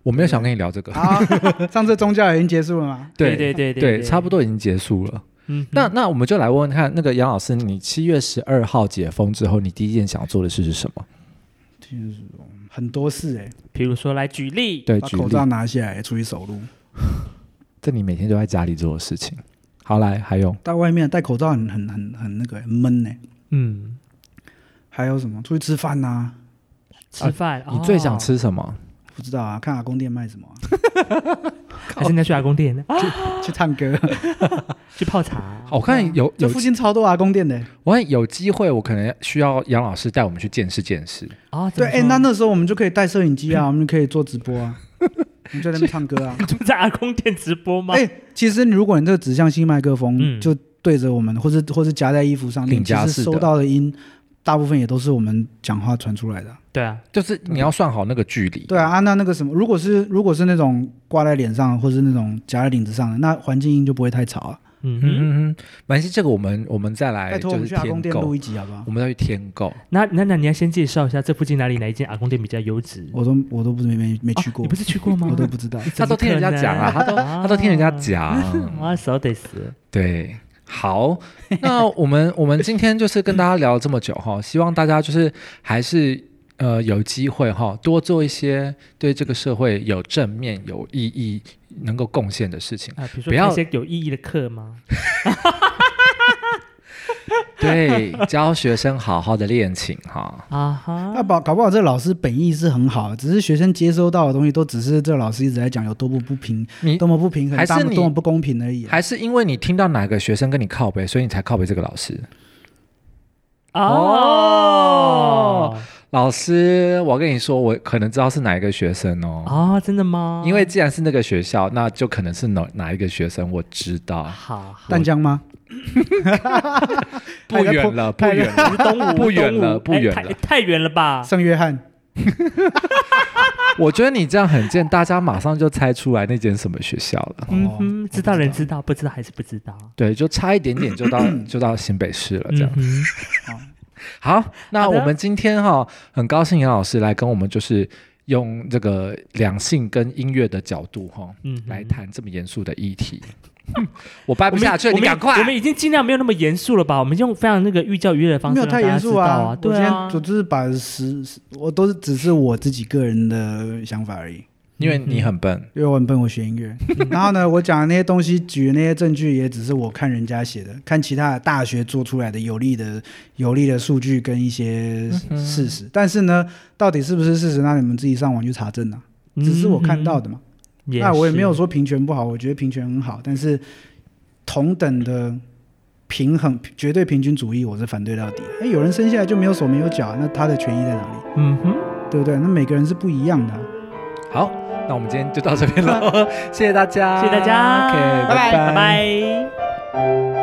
B: 我没有想跟你聊这个，
C: 好，上次宗教已经结束了吗？
A: 对
B: 啊对
A: 对对
B: 对，差不。多已经结束了。
A: 嗯，
B: 那那我们就来问问看，那个杨老师，你七月十二号解封之后，你第一件想做的事是什么？
C: 很多事哎、
A: 比如说来举例，
B: 对，
C: 把
B: 举
C: 口
B: 例
C: 罩，拿下来，出去走路。
B: 这你每天都在家里做的事情。好，来，还有
C: 到外面戴口罩很很很很那个很闷哎、
A: 嗯，
C: 还有什么？出去吃饭呐、啊
A: 吃饭，
B: 啊你最
A: 哦
B: 想吃什么？
C: 不知道啊，看阿公店卖什么啊、
A: 还是应该去阿公店
B: 哦
A: 啊
C: 去唱 歌。
A: 去泡茶。
B: 我看有
C: 这
B: 有
C: 附，近超多阿公店的欸、
B: 我看有机会，我可能需要杨老师带我们去见识见识。
A: 啊，怎
C: 对，
A: 么
C: 哎、
A: 说
C: 那那时候我们就可以带摄影 机啊，我们可以做直播啊，我们就在那边唱歌啊。
A: 就在阿公店直播吗？
C: 哎、其实你如果你这个指向性麦克风，
A: 嗯
C: 就对着我们，或是或是夹在衣服上面，
B: 顶
C: 其
B: 夹式
C: 实
B: 的
C: 收到的音，大部分也都是我们讲话传出来的啊。
A: 对啊，
B: 就是你要算好那个距离，
C: 嗯对啊，啊那那个什么，如果是如果是那种挂在脸上，或是那种夹在领子上的，那环境音就不会太吵啊。
A: 嗯哼，
B: 嗯嗯嗯，没关系，这个我们我们再
A: 哎
B: 来
C: 拜托，
B: 就
C: 我们
B: 是
C: 去阿
B: 添
C: 公店
B: 购
C: 录，一集好不好
B: 我？们再去添 购。
A: 那那那你要先介绍一下这附近哪里哪一间阿公店比较优质？
C: 我都我都不没没没去
A: 啊
C: 过，
A: 你不是去过吗？
C: 我都不知道。
B: 他都听人家讲啊，他都 他都听人家讲。
A: 啊，手得死。
B: 对，好，那我们 我们今天就是跟大家聊了这么久哈，希望大家就是还是呃有机会哈，多做一些对这个社会有正面、有意义、能够贡献的事 情。
A: 啊，比如说
B: 不要
A: 开一些有意义的课吗？
B: 对，教学生好好的练琴哈。
A: 啊哈
C: 那，搞搞不好这个老师本意是很好，只是学生接收到的东西都只是这个老师一直在讲有多么不平，
B: 你
C: 多么不平
B: 还
C: 衡，
B: 是
C: 多么
B: 你
C: 多么不公平而已啊、
B: 还是因为你听到哪个学生跟你靠背，所以你才靠背这个老师。
A: 哦
B: 老师，我跟你说，我可能知道是哪一个学生哦。
A: 啊，真的吗？
B: 因为既然是那个学校，那就可能是哪哪一个学生，我知 道。
A: 好，好
C: 淡江吗？
B: 不远了，不远了，
A: 东吴
B: 不远
A: 东吴
B: 了不
A: 哎
B: 远
A: 太
B: 了
A: 太远了吧？
C: 圣约翰，
B: 我觉得你这样很贱，大家马上就猜出来那间什么学校了。
A: 嗯
C: 哦
A: 哼，知道人知道，不知道还是不知道。
B: 对，就差一点点就 到就到新北市哦了，这样
A: 嗯。哼
B: 好，那
A: 好的
B: 我们今天哈、很高兴杨老师来跟我们就是用这个两性跟音乐的角度哈、
A: 嗯哼
B: 来谈这么严肃的议题。 我掰
A: 我
B: 不
A: 们
B: 下去，
A: 我
B: 你
A: 们
B: 赶快
A: 我！们已经尽量没有那么严肃了吧？我们用非常那个寓教于乐的方式，
C: 没有太严肃
A: 让大家知道啊，
C: 我今
A: 对啊
C: 天我，就是把十，十我都是只是我自己个人的想法而已。
B: 因为你很笨，
C: 因为我很笨，我学 音乐。然后呢，我讲的那些东西，举的那些证据，也只是我看人家写的，看其他的大学做出来的有利的、有利的
A: 嗯
C: 数据跟一些事实。但是呢，到底是不是事实，那你们自己上网去查证啊。只是我看到
A: 的。
C: 的嘛。
A: 嗯也
C: 那我也没有
A: 是
C: 说平权不好，我觉得平权很好，但是同等的平衡、绝对平均主义，我是反对到底的。那有人生下来就没有手没有脚，那他的权益在哪里？
A: 嗯哼，
C: 对不对？那每个人是不一样的啊、
B: 好，那我们 今天就到这边了，谢谢大家，
A: 谢谢大家
B: OK，
A: 拜拜。